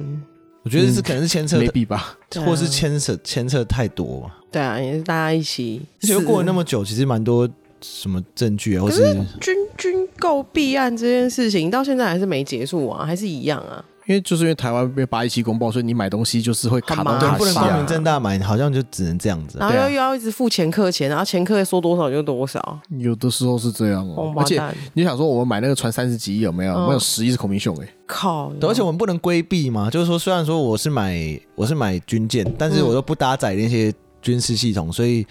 Speaker 1: 我觉得是可能是牵扯，
Speaker 2: 没 maybe 吧。
Speaker 3: 对啊
Speaker 1: 或是牵扯牵扯太多嘛。
Speaker 3: 对啊，也是大家一起。
Speaker 1: 而且又过了那
Speaker 3: 么
Speaker 1: 么久，其实蛮多什么证据啊，或
Speaker 3: 可
Speaker 1: 是
Speaker 3: 是军军购弊案这件事情到现在还是没结束啊，还是一样啊。
Speaker 2: 因为就是因为台湾被八一七公报，所以你买东西就是会卡到
Speaker 3: 很麻
Speaker 1: 对
Speaker 2: 卡
Speaker 3: 烦
Speaker 1: 不能
Speaker 2: 西
Speaker 1: 光明
Speaker 2: 啊。
Speaker 1: 正大买，好像就只能这样子啊。
Speaker 3: 然后
Speaker 2: 对啊
Speaker 3: 又又要一直付前客钱，然后前客说多少就多少，
Speaker 2: 有的时候是这样
Speaker 3: 王
Speaker 2: 哦、
Speaker 3: 八
Speaker 2: 而且
Speaker 3: 蛋，
Speaker 2: 你想说我们买那个船三十几亿有没有？
Speaker 3: 嗯
Speaker 2: 我们有十亿是孔明熊哎、
Speaker 3: 靠！
Speaker 1: 对而且我们不能规避嘛，就是说，虽然说我是买我是买军舰，但是我都不搭载那些军事系统，所以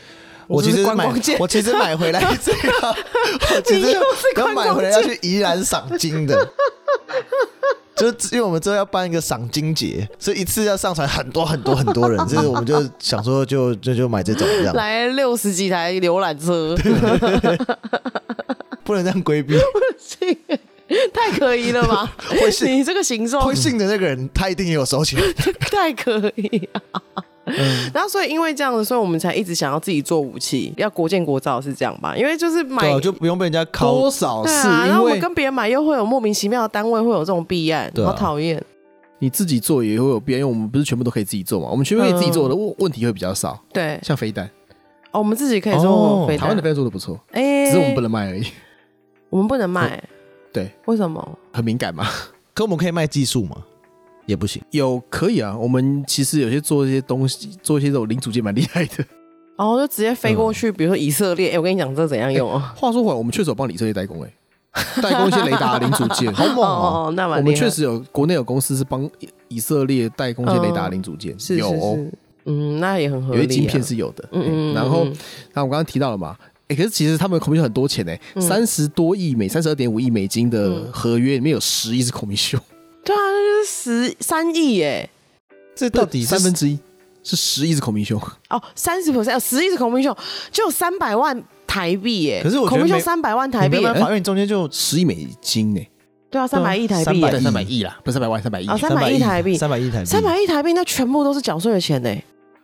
Speaker 1: 我
Speaker 3: 你
Speaker 1: 其
Speaker 3: 是
Speaker 1: 实
Speaker 3: 观
Speaker 1: 买
Speaker 3: 光舰
Speaker 1: 我其实买回来这个，我其
Speaker 3: 你
Speaker 1: 实
Speaker 3: 又是观
Speaker 1: 要
Speaker 3: 光
Speaker 1: 买回来要去宜兰赏金的，就是因为我们之后要办一个赏金节，所以一次要上传很多很多很多人，所以我们就想说就就就买这种这样，
Speaker 3: 来六十几台浏览车，
Speaker 1: 不能这样规避。
Speaker 3: 这个太可疑了吧？
Speaker 1: 会是
Speaker 3: 你这个形状
Speaker 1: 会信的那个人，他一定也有收钱。
Speaker 3: 太可疑啊！
Speaker 1: 嗯
Speaker 3: 然后所以因为这样子，所以我们才一直想要自己做武器，要国建国造是这样吧？因为就是买
Speaker 1: 对啊，就不用被人家
Speaker 2: 多
Speaker 1: 拷。
Speaker 2: 少
Speaker 3: 对
Speaker 2: 哦是
Speaker 3: 啊，然
Speaker 2: 因
Speaker 3: 后我
Speaker 2: 为
Speaker 3: 们跟别人买又会有莫名其妙的单位会有这种弊案，
Speaker 1: 对啊
Speaker 3: 好讨厌。
Speaker 2: 你自己做也会有变，因为我们不是全部都可以自己做嘛，我们全部可以自己做
Speaker 3: 嗯
Speaker 2: 的问问题会比较少，
Speaker 3: 对，
Speaker 2: 像飞弹，
Speaker 3: 哦，我们自己可以
Speaker 1: 哦
Speaker 3: 做飞
Speaker 2: 台湾
Speaker 3: 弹
Speaker 2: 的，飞弹做的不错，
Speaker 3: 哎
Speaker 2: 只是我们不能卖而已，
Speaker 3: 我们不能卖，
Speaker 2: 对，
Speaker 3: 为什么？
Speaker 2: 很敏感嘛。
Speaker 1: 可我们可以卖技术吗？也不行。
Speaker 2: 有可以啊，我们其实有些做一些东西，做一些这种零组件蛮厉害的。
Speaker 3: 然哦后就直接
Speaker 2: 嗯
Speaker 3: 飞过去，比如说以色列，哎，我跟你讲这怎样用哦。
Speaker 2: 话说回来，我们确实有帮以色列代工 哎、代工一些雷达零组件，好猛哦！
Speaker 3: 哦，那
Speaker 2: 我
Speaker 3: 蛮厉
Speaker 2: 们
Speaker 3: 害
Speaker 2: 确实有国内有公司是帮以以色列代工一些雷达零组件，
Speaker 3: 嗯是
Speaker 2: 有
Speaker 3: 是
Speaker 2: 哦
Speaker 3: 是，嗯，那也很合
Speaker 2: 有
Speaker 3: 理
Speaker 2: 些
Speaker 3: 啊。
Speaker 2: 晶片是有的。欸
Speaker 3: 嗯，嗯嗯，
Speaker 2: 然后
Speaker 3: 嗯
Speaker 2: 那我刚刚提到了嘛，哎、可是其实他们 commission 很多钱哎、
Speaker 3: 嗯
Speaker 2: 三十多亿美，三十二点五亿美金的
Speaker 3: 嗯
Speaker 2: 合约里面有十亿是 commission，
Speaker 3: 对啊，那就是十三亿耶。
Speaker 1: 这到底
Speaker 2: 三
Speaker 1: 是
Speaker 2: 分之一是十亿是 commission，
Speaker 3: 哦，三十 percent，十亿是孔明秀，就三百万台币耶。
Speaker 1: 可是我觉
Speaker 3: 孔
Speaker 1: 得
Speaker 3: 明秀
Speaker 1: 没
Speaker 3: 三百万台币
Speaker 1: 没
Speaker 3: 耶，
Speaker 1: 办法，因为中间就
Speaker 2: 十亿美金哎、
Speaker 3: 对啊，三百亿台币
Speaker 1: 300
Speaker 3: 耶，
Speaker 2: 三百亿啦，不是三百万，三百亿
Speaker 3: 啊，，三百亿台币，
Speaker 1: 三百亿台币，
Speaker 3: 三百亿台币，那全部都是缴税的钱呢。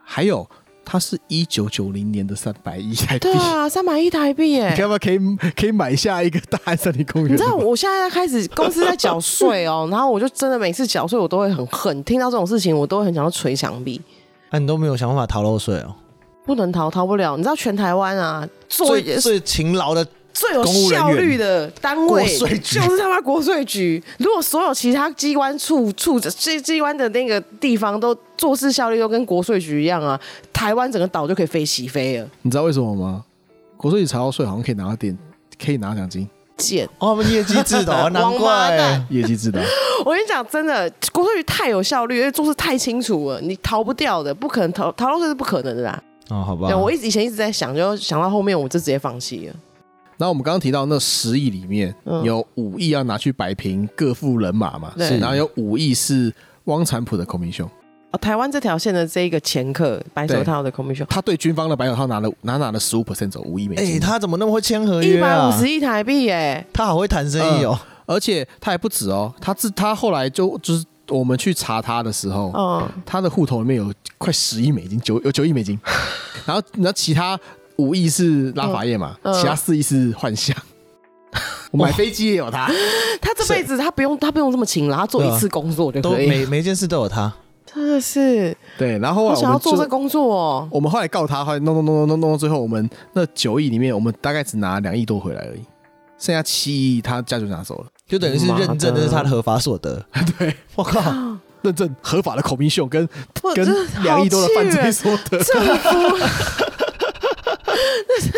Speaker 2: 还有，它是一九九零年的三百亿台币
Speaker 3: 对。 啊，三百亿台币 耶
Speaker 2: 你。看不可以可以买下一个大安森林公园？
Speaker 3: 你知道我现在开始公司在缴 税哦，然后我就真的每次缴税我都会很恨，听到这种事情我都会很想要捶墙壁，
Speaker 1: 啊，你都没有想办法逃漏税哦。
Speaker 3: 不能逃逃不了。你知道全台湾啊，做
Speaker 1: 最最勤劳的
Speaker 3: 最有
Speaker 1: 公务人
Speaker 3: 效
Speaker 1: 员
Speaker 3: 率的单
Speaker 1: 国
Speaker 3: 位
Speaker 1: 税局
Speaker 3: 就是他妈国税局。如果所有其他机关处处这机关的那个地方都做事效率都跟国税局一样啊，台湾整个岛就可以飞起飞了。
Speaker 2: 你知道为什么吗？国税局查到税好像可以拿到点，可以拿奖金，
Speaker 3: 贱！
Speaker 1: 哦，我们业绩制 的哦，难
Speaker 3: 王八
Speaker 1: 怪
Speaker 3: 蛋
Speaker 2: 业绩知道。
Speaker 3: 我跟你讲，真的，国税局太有效率，因为做事太清楚了，你逃不掉的，不可能逃逃漏税是不可能的啦。
Speaker 1: 哦，好吧
Speaker 3: 对，。我一直以前一直在想，就想到后面我就直接放弃了。
Speaker 2: 然后我们刚刚提到那十亿里面，
Speaker 3: 嗯
Speaker 2: 有五亿要拿去摆平各付人马嘛，
Speaker 3: 对是
Speaker 2: 然后有五亿是汪产普的孔明兄，
Speaker 3: 哦，台湾这条线的这一个前客白手
Speaker 2: 对
Speaker 3: 套 的 commission，
Speaker 2: 他对军方的白手套拿了拿拿了十五 percent 走五亿美
Speaker 1: 哎，
Speaker 2: 金，
Speaker 1: 他怎么那么会签合
Speaker 3: 一
Speaker 1: 约
Speaker 3: 百
Speaker 1: 啊
Speaker 3: 五？十亿嗯台币耶、
Speaker 1: 他好会谈生意哦。
Speaker 2: 而且他还不止哦，他自他后来就就是我们去查他的时候，
Speaker 3: 嗯，
Speaker 2: 他的户头里面有快十亿美金，九有九亿美 金，然后然后其他五亿是拉法叶嘛，
Speaker 3: 嗯嗯
Speaker 2: 其他四亿是幻象。 我买飞机也有 他，
Speaker 3: 他这辈子他不用他不用这么勤了，他做一次工作就
Speaker 1: 都
Speaker 3: 可以。
Speaker 1: 每每一件事都有他，
Speaker 3: 真的是，
Speaker 2: 对，然后后
Speaker 3: 我
Speaker 2: 来我
Speaker 3: 想要
Speaker 2: 们
Speaker 3: 做这
Speaker 2: 就
Speaker 3: 工作哦。
Speaker 2: 我们后来告他，后来弄弄弄弄弄弄到最后，我们那九亿里面，我们大概只拿两亿多回来而已，剩下七亿他家就拿走了。
Speaker 1: 就等于是认证的是他的合法所 得。
Speaker 2: 对，
Speaker 1: 我靠，
Speaker 2: 认证合法的孔明秀跟
Speaker 3: 我
Speaker 2: 跟
Speaker 3: 哦真的好
Speaker 2: 两亿多的犯罪
Speaker 3: 气
Speaker 2: 所得，
Speaker 3: 政府， 但是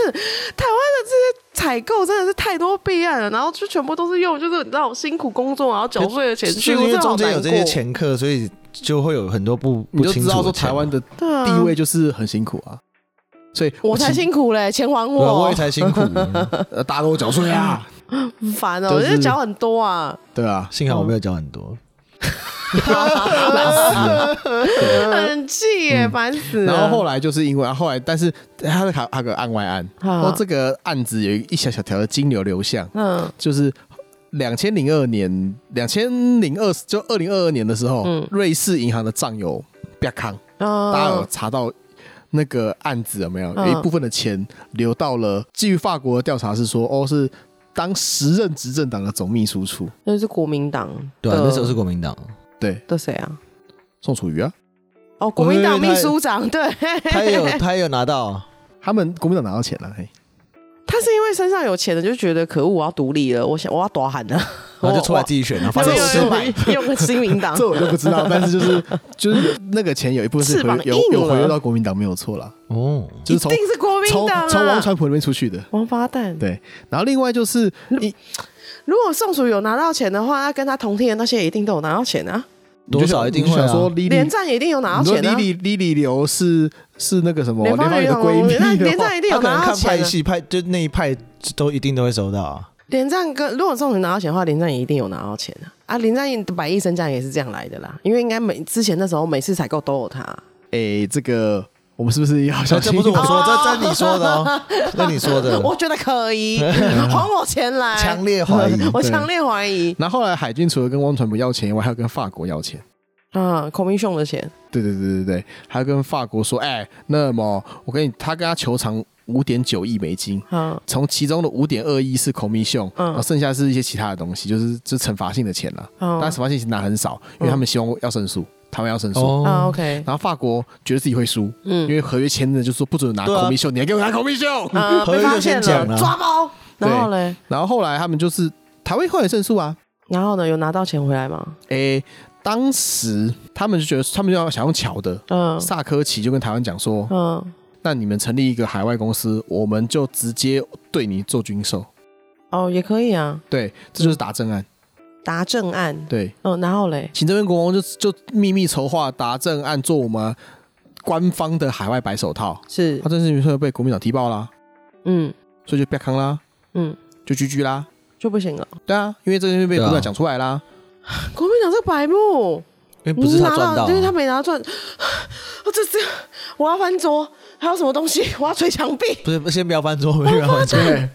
Speaker 3: 台湾的这些采购真的是太多弊案了，然后就全部都是用就是你知道辛苦工作然后缴税的钱
Speaker 1: 就是
Speaker 3: 去，
Speaker 1: 因
Speaker 3: 我
Speaker 1: 为
Speaker 3: 真的好
Speaker 1: 中间有
Speaker 3: 难
Speaker 1: 这些
Speaker 3: 过。
Speaker 1: 前客，所以就会有很多不
Speaker 2: 你
Speaker 1: 不
Speaker 2: 就
Speaker 1: 清
Speaker 2: 知道
Speaker 1: 楚
Speaker 2: 说
Speaker 1: 的
Speaker 2: 台
Speaker 1: 钱啊
Speaker 2: 湾的
Speaker 3: 对啊，
Speaker 2: 地位就是很辛苦啊。所以
Speaker 3: 我才
Speaker 2: 其
Speaker 3: 辛苦嘞，钱还
Speaker 1: 对啊，我
Speaker 3: 我
Speaker 1: 也，才辛苦，
Speaker 2: 呃大家都缴税啊，
Speaker 3: 很烦 哦，
Speaker 2: 就
Speaker 3: 我
Speaker 2: 是
Speaker 3: 觉得缴很多啊，
Speaker 2: 对啊，
Speaker 1: 幸好我没有交很多。
Speaker 3: 很气耶，烦死了。
Speaker 2: 然后后来就是因为啊后来，但是他还还有个案外案，
Speaker 3: 啊
Speaker 2: 然后这个案子有一小小条的金流流向，
Speaker 3: 嗯
Speaker 2: 就是两千零二年，两千零二就二零二二年的时候，
Speaker 3: 嗯
Speaker 2: 瑞士银行的账有被康，大家有
Speaker 3: 嗯，
Speaker 2: 查到那个案子有没有？
Speaker 3: 嗯
Speaker 2: 有一部分的钱流到了，基于法国的调查是说，哦，是当时任执政党的总秘书处，
Speaker 3: 那是国民党，
Speaker 1: 对 啊，那时候是国民党，
Speaker 2: 对，
Speaker 3: 的谁啊？
Speaker 2: 宋楚瑜啊，
Speaker 3: 哦，国民党秘书长，对，
Speaker 1: 他 也有他也有拿到，
Speaker 2: 他们国民党拿到钱了，嘿，
Speaker 3: 他是因为身上有钱的，就觉得可恶，我要独立了，我想我要打喊了，
Speaker 1: 然后就出来自己选了，
Speaker 3: 我
Speaker 1: 反正
Speaker 3: 我
Speaker 1: 我失败。
Speaker 3: 用用个新民
Speaker 1: 啊
Speaker 3: 党
Speaker 2: 这，我就不知道，但是就是就是有那个钱有一部分是
Speaker 3: 翅膀
Speaker 2: 回有
Speaker 3: 硬
Speaker 2: 有回流
Speaker 3: 了
Speaker 2: 到国民党没有错啦，
Speaker 1: 哦，
Speaker 2: 就是从
Speaker 3: 一定是国民
Speaker 2: 从
Speaker 3: 党啊！
Speaker 2: 从王传普那边出去的。
Speaker 3: 王八蛋。
Speaker 2: 对，然后另外就是一
Speaker 3: 如果宋楚瑜有拿到钱的话，他跟他同梯的那些也一定都有拿到钱啊，
Speaker 1: 多少一定会啊
Speaker 2: 你就想说 Lily，
Speaker 3: 连战也一定有拿
Speaker 2: 你
Speaker 3: 到
Speaker 2: 说
Speaker 3: 钱啊。
Speaker 2: Lily Lily 刘是是那个什么
Speaker 3: 联
Speaker 1: 哦
Speaker 2: 联
Speaker 3: 发
Speaker 2: 发
Speaker 3: 联
Speaker 2: 的闺蜜哦
Speaker 3: 那
Speaker 2: 的
Speaker 3: 连
Speaker 2: 话，
Speaker 3: 战一定
Speaker 1: 他
Speaker 3: 有
Speaker 1: 可能
Speaker 3: 拿到
Speaker 1: 看
Speaker 3: 钱
Speaker 1: 派
Speaker 3: 啊。
Speaker 1: 系派，就那一派都一定都会收到啊。
Speaker 3: 连战跟如果宋楚瑜拿到钱的话，连战也一定有拿到钱啊！啊，连战的百亿身价也是这样来的啦，啊因为应该每之前那时候每次采购都有他，
Speaker 2: 哎，这个我们是不是要小
Speaker 1: 啊这这
Speaker 2: 心一
Speaker 1: 不是
Speaker 2: 点？
Speaker 1: 我说，这这你说的哦， 这你说的，
Speaker 3: 我觉得可 以还我钱来，
Speaker 1: 强烈怀疑
Speaker 3: 我强烈怀疑
Speaker 2: 然后后来海军除了跟汪传博要钱以外，还要跟法国要钱。
Speaker 3: 啊，孔明兄的钱，
Speaker 2: 对对对对对，还要跟法国说，哎，那么我跟你，他跟他求偿五点九亿美金，
Speaker 3: 啊，
Speaker 2: 从其中的五点二亿是 commission，、
Speaker 3: 嗯
Speaker 2: 然后剩下是一些其他的东西，就是就惩罚性的钱了。
Speaker 3: 哦嗯
Speaker 2: 但惩罚性其实拿很少，因为他们希望要胜诉，台湾要胜诉。
Speaker 1: 哦
Speaker 3: 啊，，OK，
Speaker 2: 然后法国觉得自己会输，因
Speaker 3: 嗯，
Speaker 2: 为合约签的就说不准拿
Speaker 1: 对啊
Speaker 2: commission，、你还给我拿 commission。
Speaker 3: 啊，
Speaker 1: 合约
Speaker 3: 被
Speaker 1: 就
Speaker 3: 发现
Speaker 1: 先讲了
Speaker 3: 抓包，
Speaker 2: 对
Speaker 3: 然后嘞，
Speaker 2: 然后后来他们就是台湾后来胜诉啊，
Speaker 3: 然后呢，有拿到钱回来吗？
Speaker 2: 诶、当时他们就觉得他们就要想用巧的，
Speaker 3: 嗯
Speaker 2: 萨科齐就跟台湾讲说，
Speaker 3: 嗯
Speaker 2: 那你们成立一个海外公司，我们就直接对你做军售。
Speaker 3: 哦，也可以啊，
Speaker 2: 对，这就是打正案。
Speaker 3: 嗯达正案，
Speaker 2: 对，
Speaker 3: 嗯，然后嘞，
Speaker 2: 行政院国王就就秘密筹划达政案，做我们啊官方的海外白手套。啊
Speaker 3: 是
Speaker 2: 他，这件事情被国民党踢爆啦，
Speaker 3: 嗯
Speaker 2: 所以就被康啦，
Speaker 3: 嗯，
Speaker 2: 就居居啦。
Speaker 3: 就不行了。
Speaker 2: 对啊，因为这件事被国民
Speaker 1: 对啊
Speaker 2: 党讲出来啦。
Speaker 3: 国民党这个白目，
Speaker 1: 因为不是他
Speaker 3: 拿
Speaker 1: 赚到
Speaker 3: 因为他
Speaker 1: 啊，
Speaker 3: 没拿到赚。我这这，我要翻桌，还有什么东西？ 我要捶墙壁，
Speaker 1: 不是先不要翻桌，不 要翻桌，
Speaker 2: 对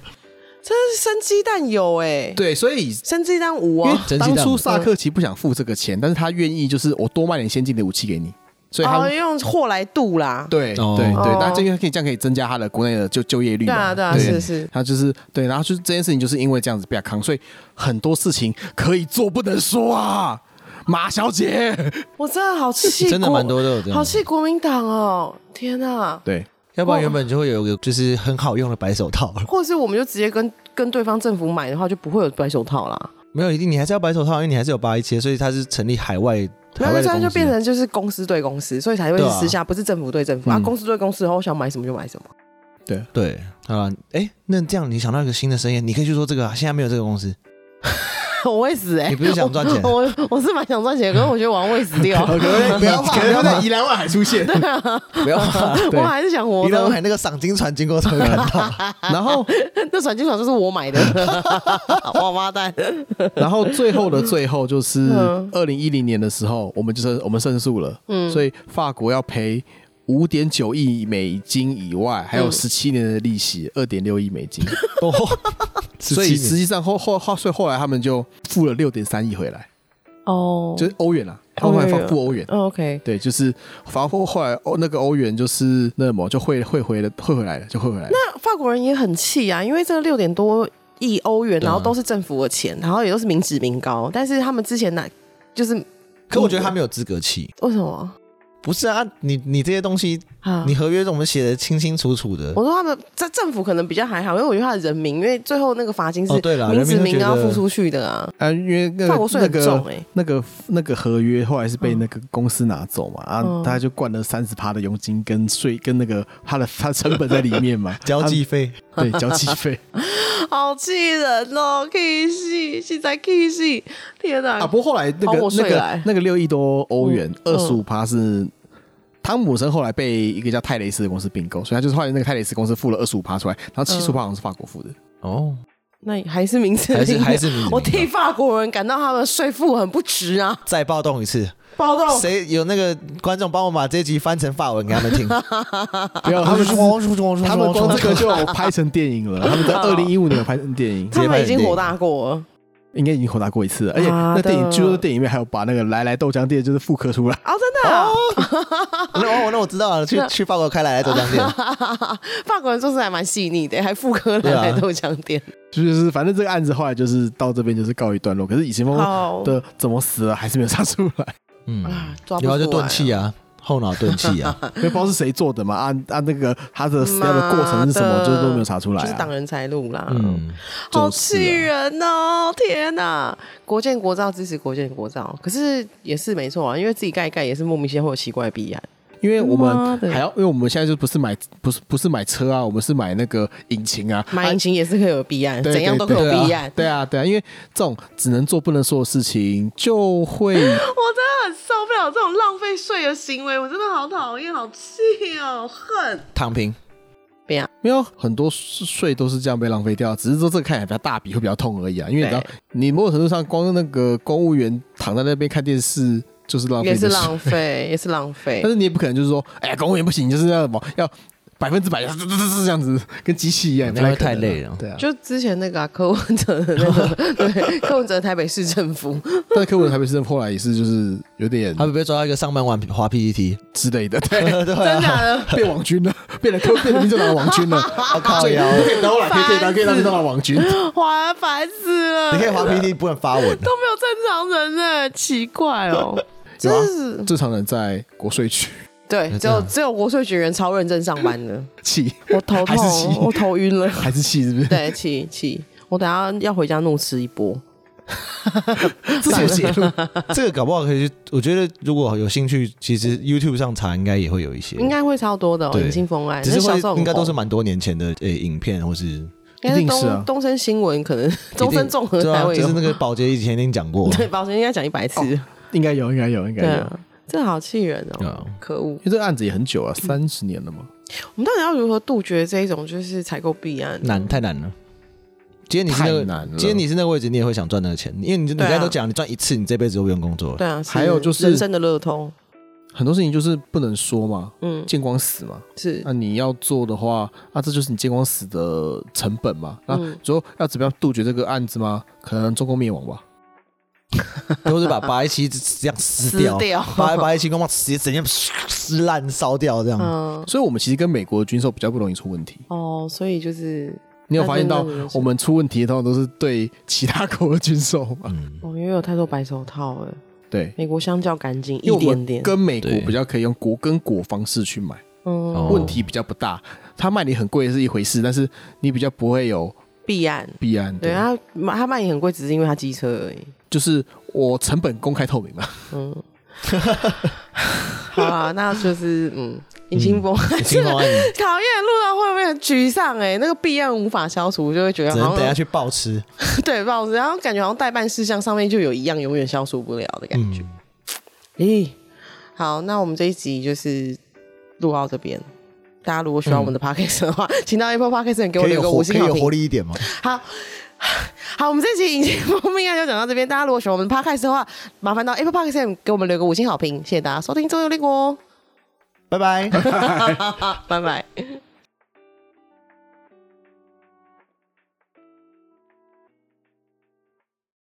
Speaker 3: 真是生鸡蛋有哎、欸，，
Speaker 2: 对，所以
Speaker 3: 生鸡蛋五
Speaker 2: 因
Speaker 3: 啊，
Speaker 2: 为当初萨克奇不想付这个钱，但是他愿意就是我多卖点先进的武器给你，所以他、
Speaker 3: 哦，用货来度啦，
Speaker 2: 对
Speaker 1: 哦
Speaker 2: 对对
Speaker 3: 哦，
Speaker 2: 那这个可以这样可以增加他的国内的就就业率
Speaker 3: 对啊
Speaker 2: 嘛？
Speaker 3: 对啊是是，
Speaker 2: 他就是对，然后就是这件事情就是因为这样子被他扛，所以很多事情可以做不能说啊，马小姐。
Speaker 3: 我真的好气国，
Speaker 1: 真的蛮多都有这样
Speaker 3: 好气国民党哦，天 哪、
Speaker 2: 对，
Speaker 1: 要不然原本就会有一个就是很好用的白手套了。
Speaker 3: 或者是我们就直接跟跟对方政府买的话，就不会有白手套啦。
Speaker 1: 没有一定，你还是要白手套，因为你还是有八一切，所以它是成立海外
Speaker 3: 然
Speaker 1: 海
Speaker 3: 后
Speaker 1: 外的
Speaker 3: 现在
Speaker 1: 公
Speaker 3: 就
Speaker 1: 司。
Speaker 3: 变成就是公司对公司，所以才会是
Speaker 1: 对啊
Speaker 3: 私下，不是政府对政府啊。
Speaker 2: 嗯
Speaker 3: 公司对公司，然后我想买什么就买什么。
Speaker 1: 对啊，哎、那这样你想到一个新的生意，你可以去做这个、啊。现在没有这个公司，
Speaker 3: 我会死哎、欸！
Speaker 1: 你不是想赚钱
Speaker 3: 我我我是蛮想赚钱，可是我觉得我要喂 死掉。
Speaker 2: 能不要 怕，可能要在宜兰外海出现。
Speaker 1: 没有、啊。
Speaker 3: 我还是想活
Speaker 1: 你让我
Speaker 3: 的。
Speaker 1: 买那个赏金船经过才会看到，
Speaker 2: 然后，
Speaker 3: 那转机船就是我买的， 王八 蛋。
Speaker 2: 然后最后的最后就是
Speaker 3: 嗯
Speaker 2: 二零一零年的时候，我们就是我们胜诉了，
Speaker 3: 嗯
Speaker 2: 所以法国要赔。五点九亿美金以外，还有
Speaker 3: 嗯
Speaker 2: 十七年的利息，二点六亿美 金。
Speaker 1: 哦、
Speaker 2: 所以
Speaker 1: 17
Speaker 2: 实
Speaker 1: 年
Speaker 2: 际上后后后，所以后来他们就付了六点三亿回来，
Speaker 3: 哦
Speaker 2: 就是欧元啊，他们后来
Speaker 3: 欧元
Speaker 2: 放付欧元。
Speaker 3: 哦 OK，
Speaker 2: 对，就是反正后后来哦欧那个欧元就是那么就汇汇回了，汇回来了，就汇回来了。
Speaker 3: 那法国人也很气啊，因为这个六点多亿欧元，
Speaker 1: 对啊
Speaker 3: 然后都是政府的钱，然后也都是民脂民膏，但是他们之前拿就是
Speaker 1: 可我觉得他没有资格气。
Speaker 3: 为什么
Speaker 1: 不是啊，你你这些东西，
Speaker 3: 啊
Speaker 1: 你？合约我们写的清清楚楚的。
Speaker 3: 我说他们在政府可能比较还好，因为我觉得他的人民，因为最后那个罚金是
Speaker 1: 哦对啦
Speaker 3: 民脂
Speaker 1: 人民
Speaker 3: 民
Speaker 1: 就觉
Speaker 3: 膏
Speaker 1: 得
Speaker 3: 付出去的啊。
Speaker 2: 啊，因为那
Speaker 3: 法国
Speaker 2: 个
Speaker 3: 税
Speaker 2: 那
Speaker 3: 很重
Speaker 2: 个
Speaker 3: 哎，
Speaker 2: 那个那个合约后来是被
Speaker 3: 嗯
Speaker 2: 那个公司拿走嘛，啊
Speaker 3: 嗯，
Speaker 2: 他就灌了三十趴的佣金跟税跟那个他的他成本在里面嘛，
Speaker 1: 交际费，
Speaker 2: 他对交际 费
Speaker 3: 好气人哦！K 系现在 K 系，天哪！
Speaker 2: 啊。不过后来那
Speaker 3: 好
Speaker 2: 个
Speaker 3: 我
Speaker 2: 那
Speaker 3: 税
Speaker 2: 个
Speaker 3: 来
Speaker 2: 那个六亿多欧元，
Speaker 3: 嗯
Speaker 2: 二十五趴是。汤姆森后来被一个叫泰雷斯的公司并购，所以他就是后来那个泰雷斯公司付了二十五趴出来，然后七
Speaker 3: 嗯
Speaker 2: 十趴好像是法国付的。
Speaker 1: 哦，
Speaker 3: 那还是名字，
Speaker 1: 还是还是你
Speaker 3: 我替法国人感到他们税负很不值啊！
Speaker 1: 再暴动一次，
Speaker 3: 暴动，
Speaker 1: 谁有那个观众帮我把这集翻成法文给他 们听？哦
Speaker 2: 没有，他
Speaker 1: 他
Speaker 2: 们
Speaker 1: 们哦
Speaker 2: 是他
Speaker 1: 他
Speaker 2: 们光这个就有拍成电影了。他们在二零一五年有拍成电 影，
Speaker 3: 他们已经火大过了。
Speaker 2: 应该已经回答过一次了，而且
Speaker 3: 啊
Speaker 2: 那电影
Speaker 3: 对
Speaker 2: 据说电影里面还有把那个来来豆浆店就是复刻出来，
Speaker 3: 哦，真的啊、
Speaker 1: 那哦，那我啊知道了，去去法国开来来豆浆店，
Speaker 3: 法国人做事还蛮细腻的，还复刻
Speaker 1: 对
Speaker 3: 了
Speaker 1: 啊
Speaker 3: 奶豆浆店。
Speaker 2: 就是反正这个案子后来就是到这边就是告一段落。可是以前峰
Speaker 3: 好
Speaker 2: 的怎么死了还是没有查出来，
Speaker 1: 嗯
Speaker 3: 啊抓，不
Speaker 1: 然后就
Speaker 3: 出来
Speaker 1: 钝气啊，后脑钝气啊，
Speaker 2: 因为不知道是谁做的嘛，啊啊那个他的死掉的过程是什么，
Speaker 3: 妈的
Speaker 2: 就是都没有查出来
Speaker 3: 就是挡
Speaker 2: 啊。
Speaker 3: 人财路啦，
Speaker 1: 嗯，
Speaker 3: 好
Speaker 2: 就是啊
Speaker 3: 气人哦！天哪，国建国造支持国建国造，可是也是没错啊，因为自己盖一盖也是莫名其妙会有奇怪的弊案。
Speaker 2: 因为我
Speaker 3: 妈
Speaker 2: 们
Speaker 3: 的
Speaker 2: 还要，因为我们现在就不是买不是不是买车啊，我们是买那个引擎啊，
Speaker 3: 买引擎也是会有弊案，
Speaker 2: 对
Speaker 3: 怎样都会
Speaker 2: 对
Speaker 3: 有
Speaker 2: 啊
Speaker 3: 弊案。
Speaker 2: 对啊，对啊，因为这种只能做不能说的事情，就会
Speaker 3: 我真的很受不了这种浪费税的行为，我真的好讨厌，好气哦，好恨。
Speaker 1: 躺平，
Speaker 3: 变啊，
Speaker 2: 没有很多税都是这样被浪费掉，只是说这个看起来比较大笔会比较痛而已啊。因为你知道
Speaker 3: 对，
Speaker 2: 你某种程度上光那个公务员躺在那边看电视就是浪费
Speaker 3: 也
Speaker 2: 的
Speaker 3: 是
Speaker 2: 事，
Speaker 3: 浪费，也是浪费
Speaker 2: 但。是你也不可能就是说，哎、公务员不行，就是要什么要百分之百要这样子，跟机器一样，
Speaker 4: 那会
Speaker 2: 不可能啊
Speaker 4: 太累了
Speaker 2: 对啊，
Speaker 3: 就之前那个、啊、柯文哲的那 个，对柯文哲台北市政府，
Speaker 2: 但是柯文台北市政府后来也是就是有点
Speaker 4: 他会不会抓到一个上班晚滑 PPT？
Speaker 2: 之类的，对，
Speaker 4: 对啊
Speaker 3: 真的假的？
Speaker 2: 变网军了，变了柯变了民进党的网军 了，
Speaker 4: 我靠
Speaker 2: 所以
Speaker 4: 腰
Speaker 2: 不可以当了，可以可以当可以 当民进党的网军。 啊
Speaker 3: 哇，烦死 了！
Speaker 1: 你可以滑 PT，不能发文。
Speaker 3: 都没有正常人呢，奇怪
Speaker 2: 有
Speaker 3: 哦。
Speaker 2: 啊
Speaker 3: 真是
Speaker 2: 正常人在国税局
Speaker 3: 对，只有只有国税局人超认真上班的，
Speaker 2: 气，
Speaker 3: 我头
Speaker 2: 还
Speaker 3: 痛
Speaker 2: 是气
Speaker 3: 哦，， 我头晕了。
Speaker 2: 还是气，是不 是？
Speaker 3: 对，气气，我等下要回家怒吃一波。
Speaker 2: 这是有写入，
Speaker 4: 这个搞不好可以去，我觉得如果有兴趣，其实 YouTube 上查应该也会有一些，
Speaker 3: 应该会超多的、哦，
Speaker 4: 对
Speaker 3: 影星风案，
Speaker 4: 只是
Speaker 3: 那小时候
Speaker 4: 会
Speaker 3: 很
Speaker 4: 应该都
Speaker 3: 红
Speaker 4: 是蛮多年前的诶、影片或是
Speaker 3: 应该
Speaker 2: 一定
Speaker 3: 东
Speaker 2: 是啊
Speaker 3: 东森新闻可能东
Speaker 4: 一定
Speaker 3: 森综合
Speaker 4: 对
Speaker 3: 才
Speaker 4: 啊，
Speaker 3: 会
Speaker 4: 就
Speaker 3: 有
Speaker 4: 是。那个哦保洁以前已经讲过，
Speaker 3: 对，保险应该讲一百次，
Speaker 2: 应该有，应该有，应该
Speaker 3: 对
Speaker 2: 有。
Speaker 3: 啊，这好气人
Speaker 4: 对
Speaker 3: 哦，
Speaker 4: 啊
Speaker 3: 可恶！
Speaker 2: 因为这个案子也很久啊，三十年了嘛。
Speaker 3: 我们到底要如何杜绝这一种就是采购弊案？
Speaker 4: 难太难了。今天你是那
Speaker 2: 太难了
Speaker 4: 个，今天你是那个位置，你也会想赚那个钱，因为你你
Speaker 3: 对啊
Speaker 4: 刚才都讲，你赚一次，你这辈子都不用工作了。
Speaker 3: 对啊，
Speaker 2: 还有就是
Speaker 3: 人生的乐通，
Speaker 2: 很多事情就是不能说嘛，
Speaker 3: 嗯，
Speaker 2: 见光死嘛。
Speaker 3: 是
Speaker 2: 那、你要做的话，啊，这就是你见光死的成本嘛。那
Speaker 3: 嗯
Speaker 2: 说要怎么样杜绝这个案子吗？可能中共灭亡吧。
Speaker 4: 都是把白棋这样撕
Speaker 3: 撕
Speaker 4: 掉，
Speaker 3: 掉
Speaker 4: 把白棋光把直接整件撕烂烧掉这样。
Speaker 3: 嗯，
Speaker 2: 所以，我们其实跟美国的军售比较不容易出问题。
Speaker 3: 哦，所以就是
Speaker 2: 你有发现到
Speaker 3: 那真的是
Speaker 2: 我们出问题，通常都是对其他国的军售嘛？
Speaker 4: 嗯，
Speaker 3: 哦，因为有太多白手套了，
Speaker 2: 对，
Speaker 3: 美国相较干净
Speaker 2: 因
Speaker 3: 一
Speaker 2: 为我
Speaker 3: 点
Speaker 2: 们
Speaker 3: 点，
Speaker 2: 跟美国
Speaker 4: 对
Speaker 2: 比较可以用国跟国方式去买。
Speaker 4: 哦
Speaker 3: 嗯，
Speaker 2: 问题比较不大。他卖你很贵是一回事，但是你比较不会有
Speaker 3: 必然。
Speaker 2: 弊案。
Speaker 3: 对，啊他他卖你很贵，只是因为他机车而已。
Speaker 2: 就是我成本公开透明嘛。
Speaker 3: 嗯，好啦，那就是嗯，尹清风
Speaker 4: 新方案
Speaker 3: 讨厌录到后面很沮丧哎、那个弊案无法消除，就会觉得
Speaker 4: 只
Speaker 3: 好
Speaker 4: 能等下
Speaker 3: 像
Speaker 4: 去暴吃。
Speaker 3: 对报纸，然后感觉好像代办事项上面就有一样永远消除不了的感觉。
Speaker 4: 嗯，
Speaker 3: 咦、好，那我们这一集就是录到这边。大家如果喜欢我们的 podcast 的话， 请到 Apple Podcast 给
Speaker 1: 嗯
Speaker 3: 我
Speaker 1: 可以
Speaker 3: 留
Speaker 1: 有
Speaker 3: 个
Speaker 1: 活
Speaker 3: 五
Speaker 1: 可以
Speaker 3: 星好
Speaker 1: 有
Speaker 3: 评
Speaker 1: 活。力一点吗？
Speaker 3: 好。好，我们这期影集封面案就讲到这边。大家如果喜欢我们的 podcast 的话，麻烦到 Apple Podcast 给我们哦留个五星好评，谢谢大家收听《周游列国
Speaker 1: 拜拜。》，
Speaker 3: 拜拜。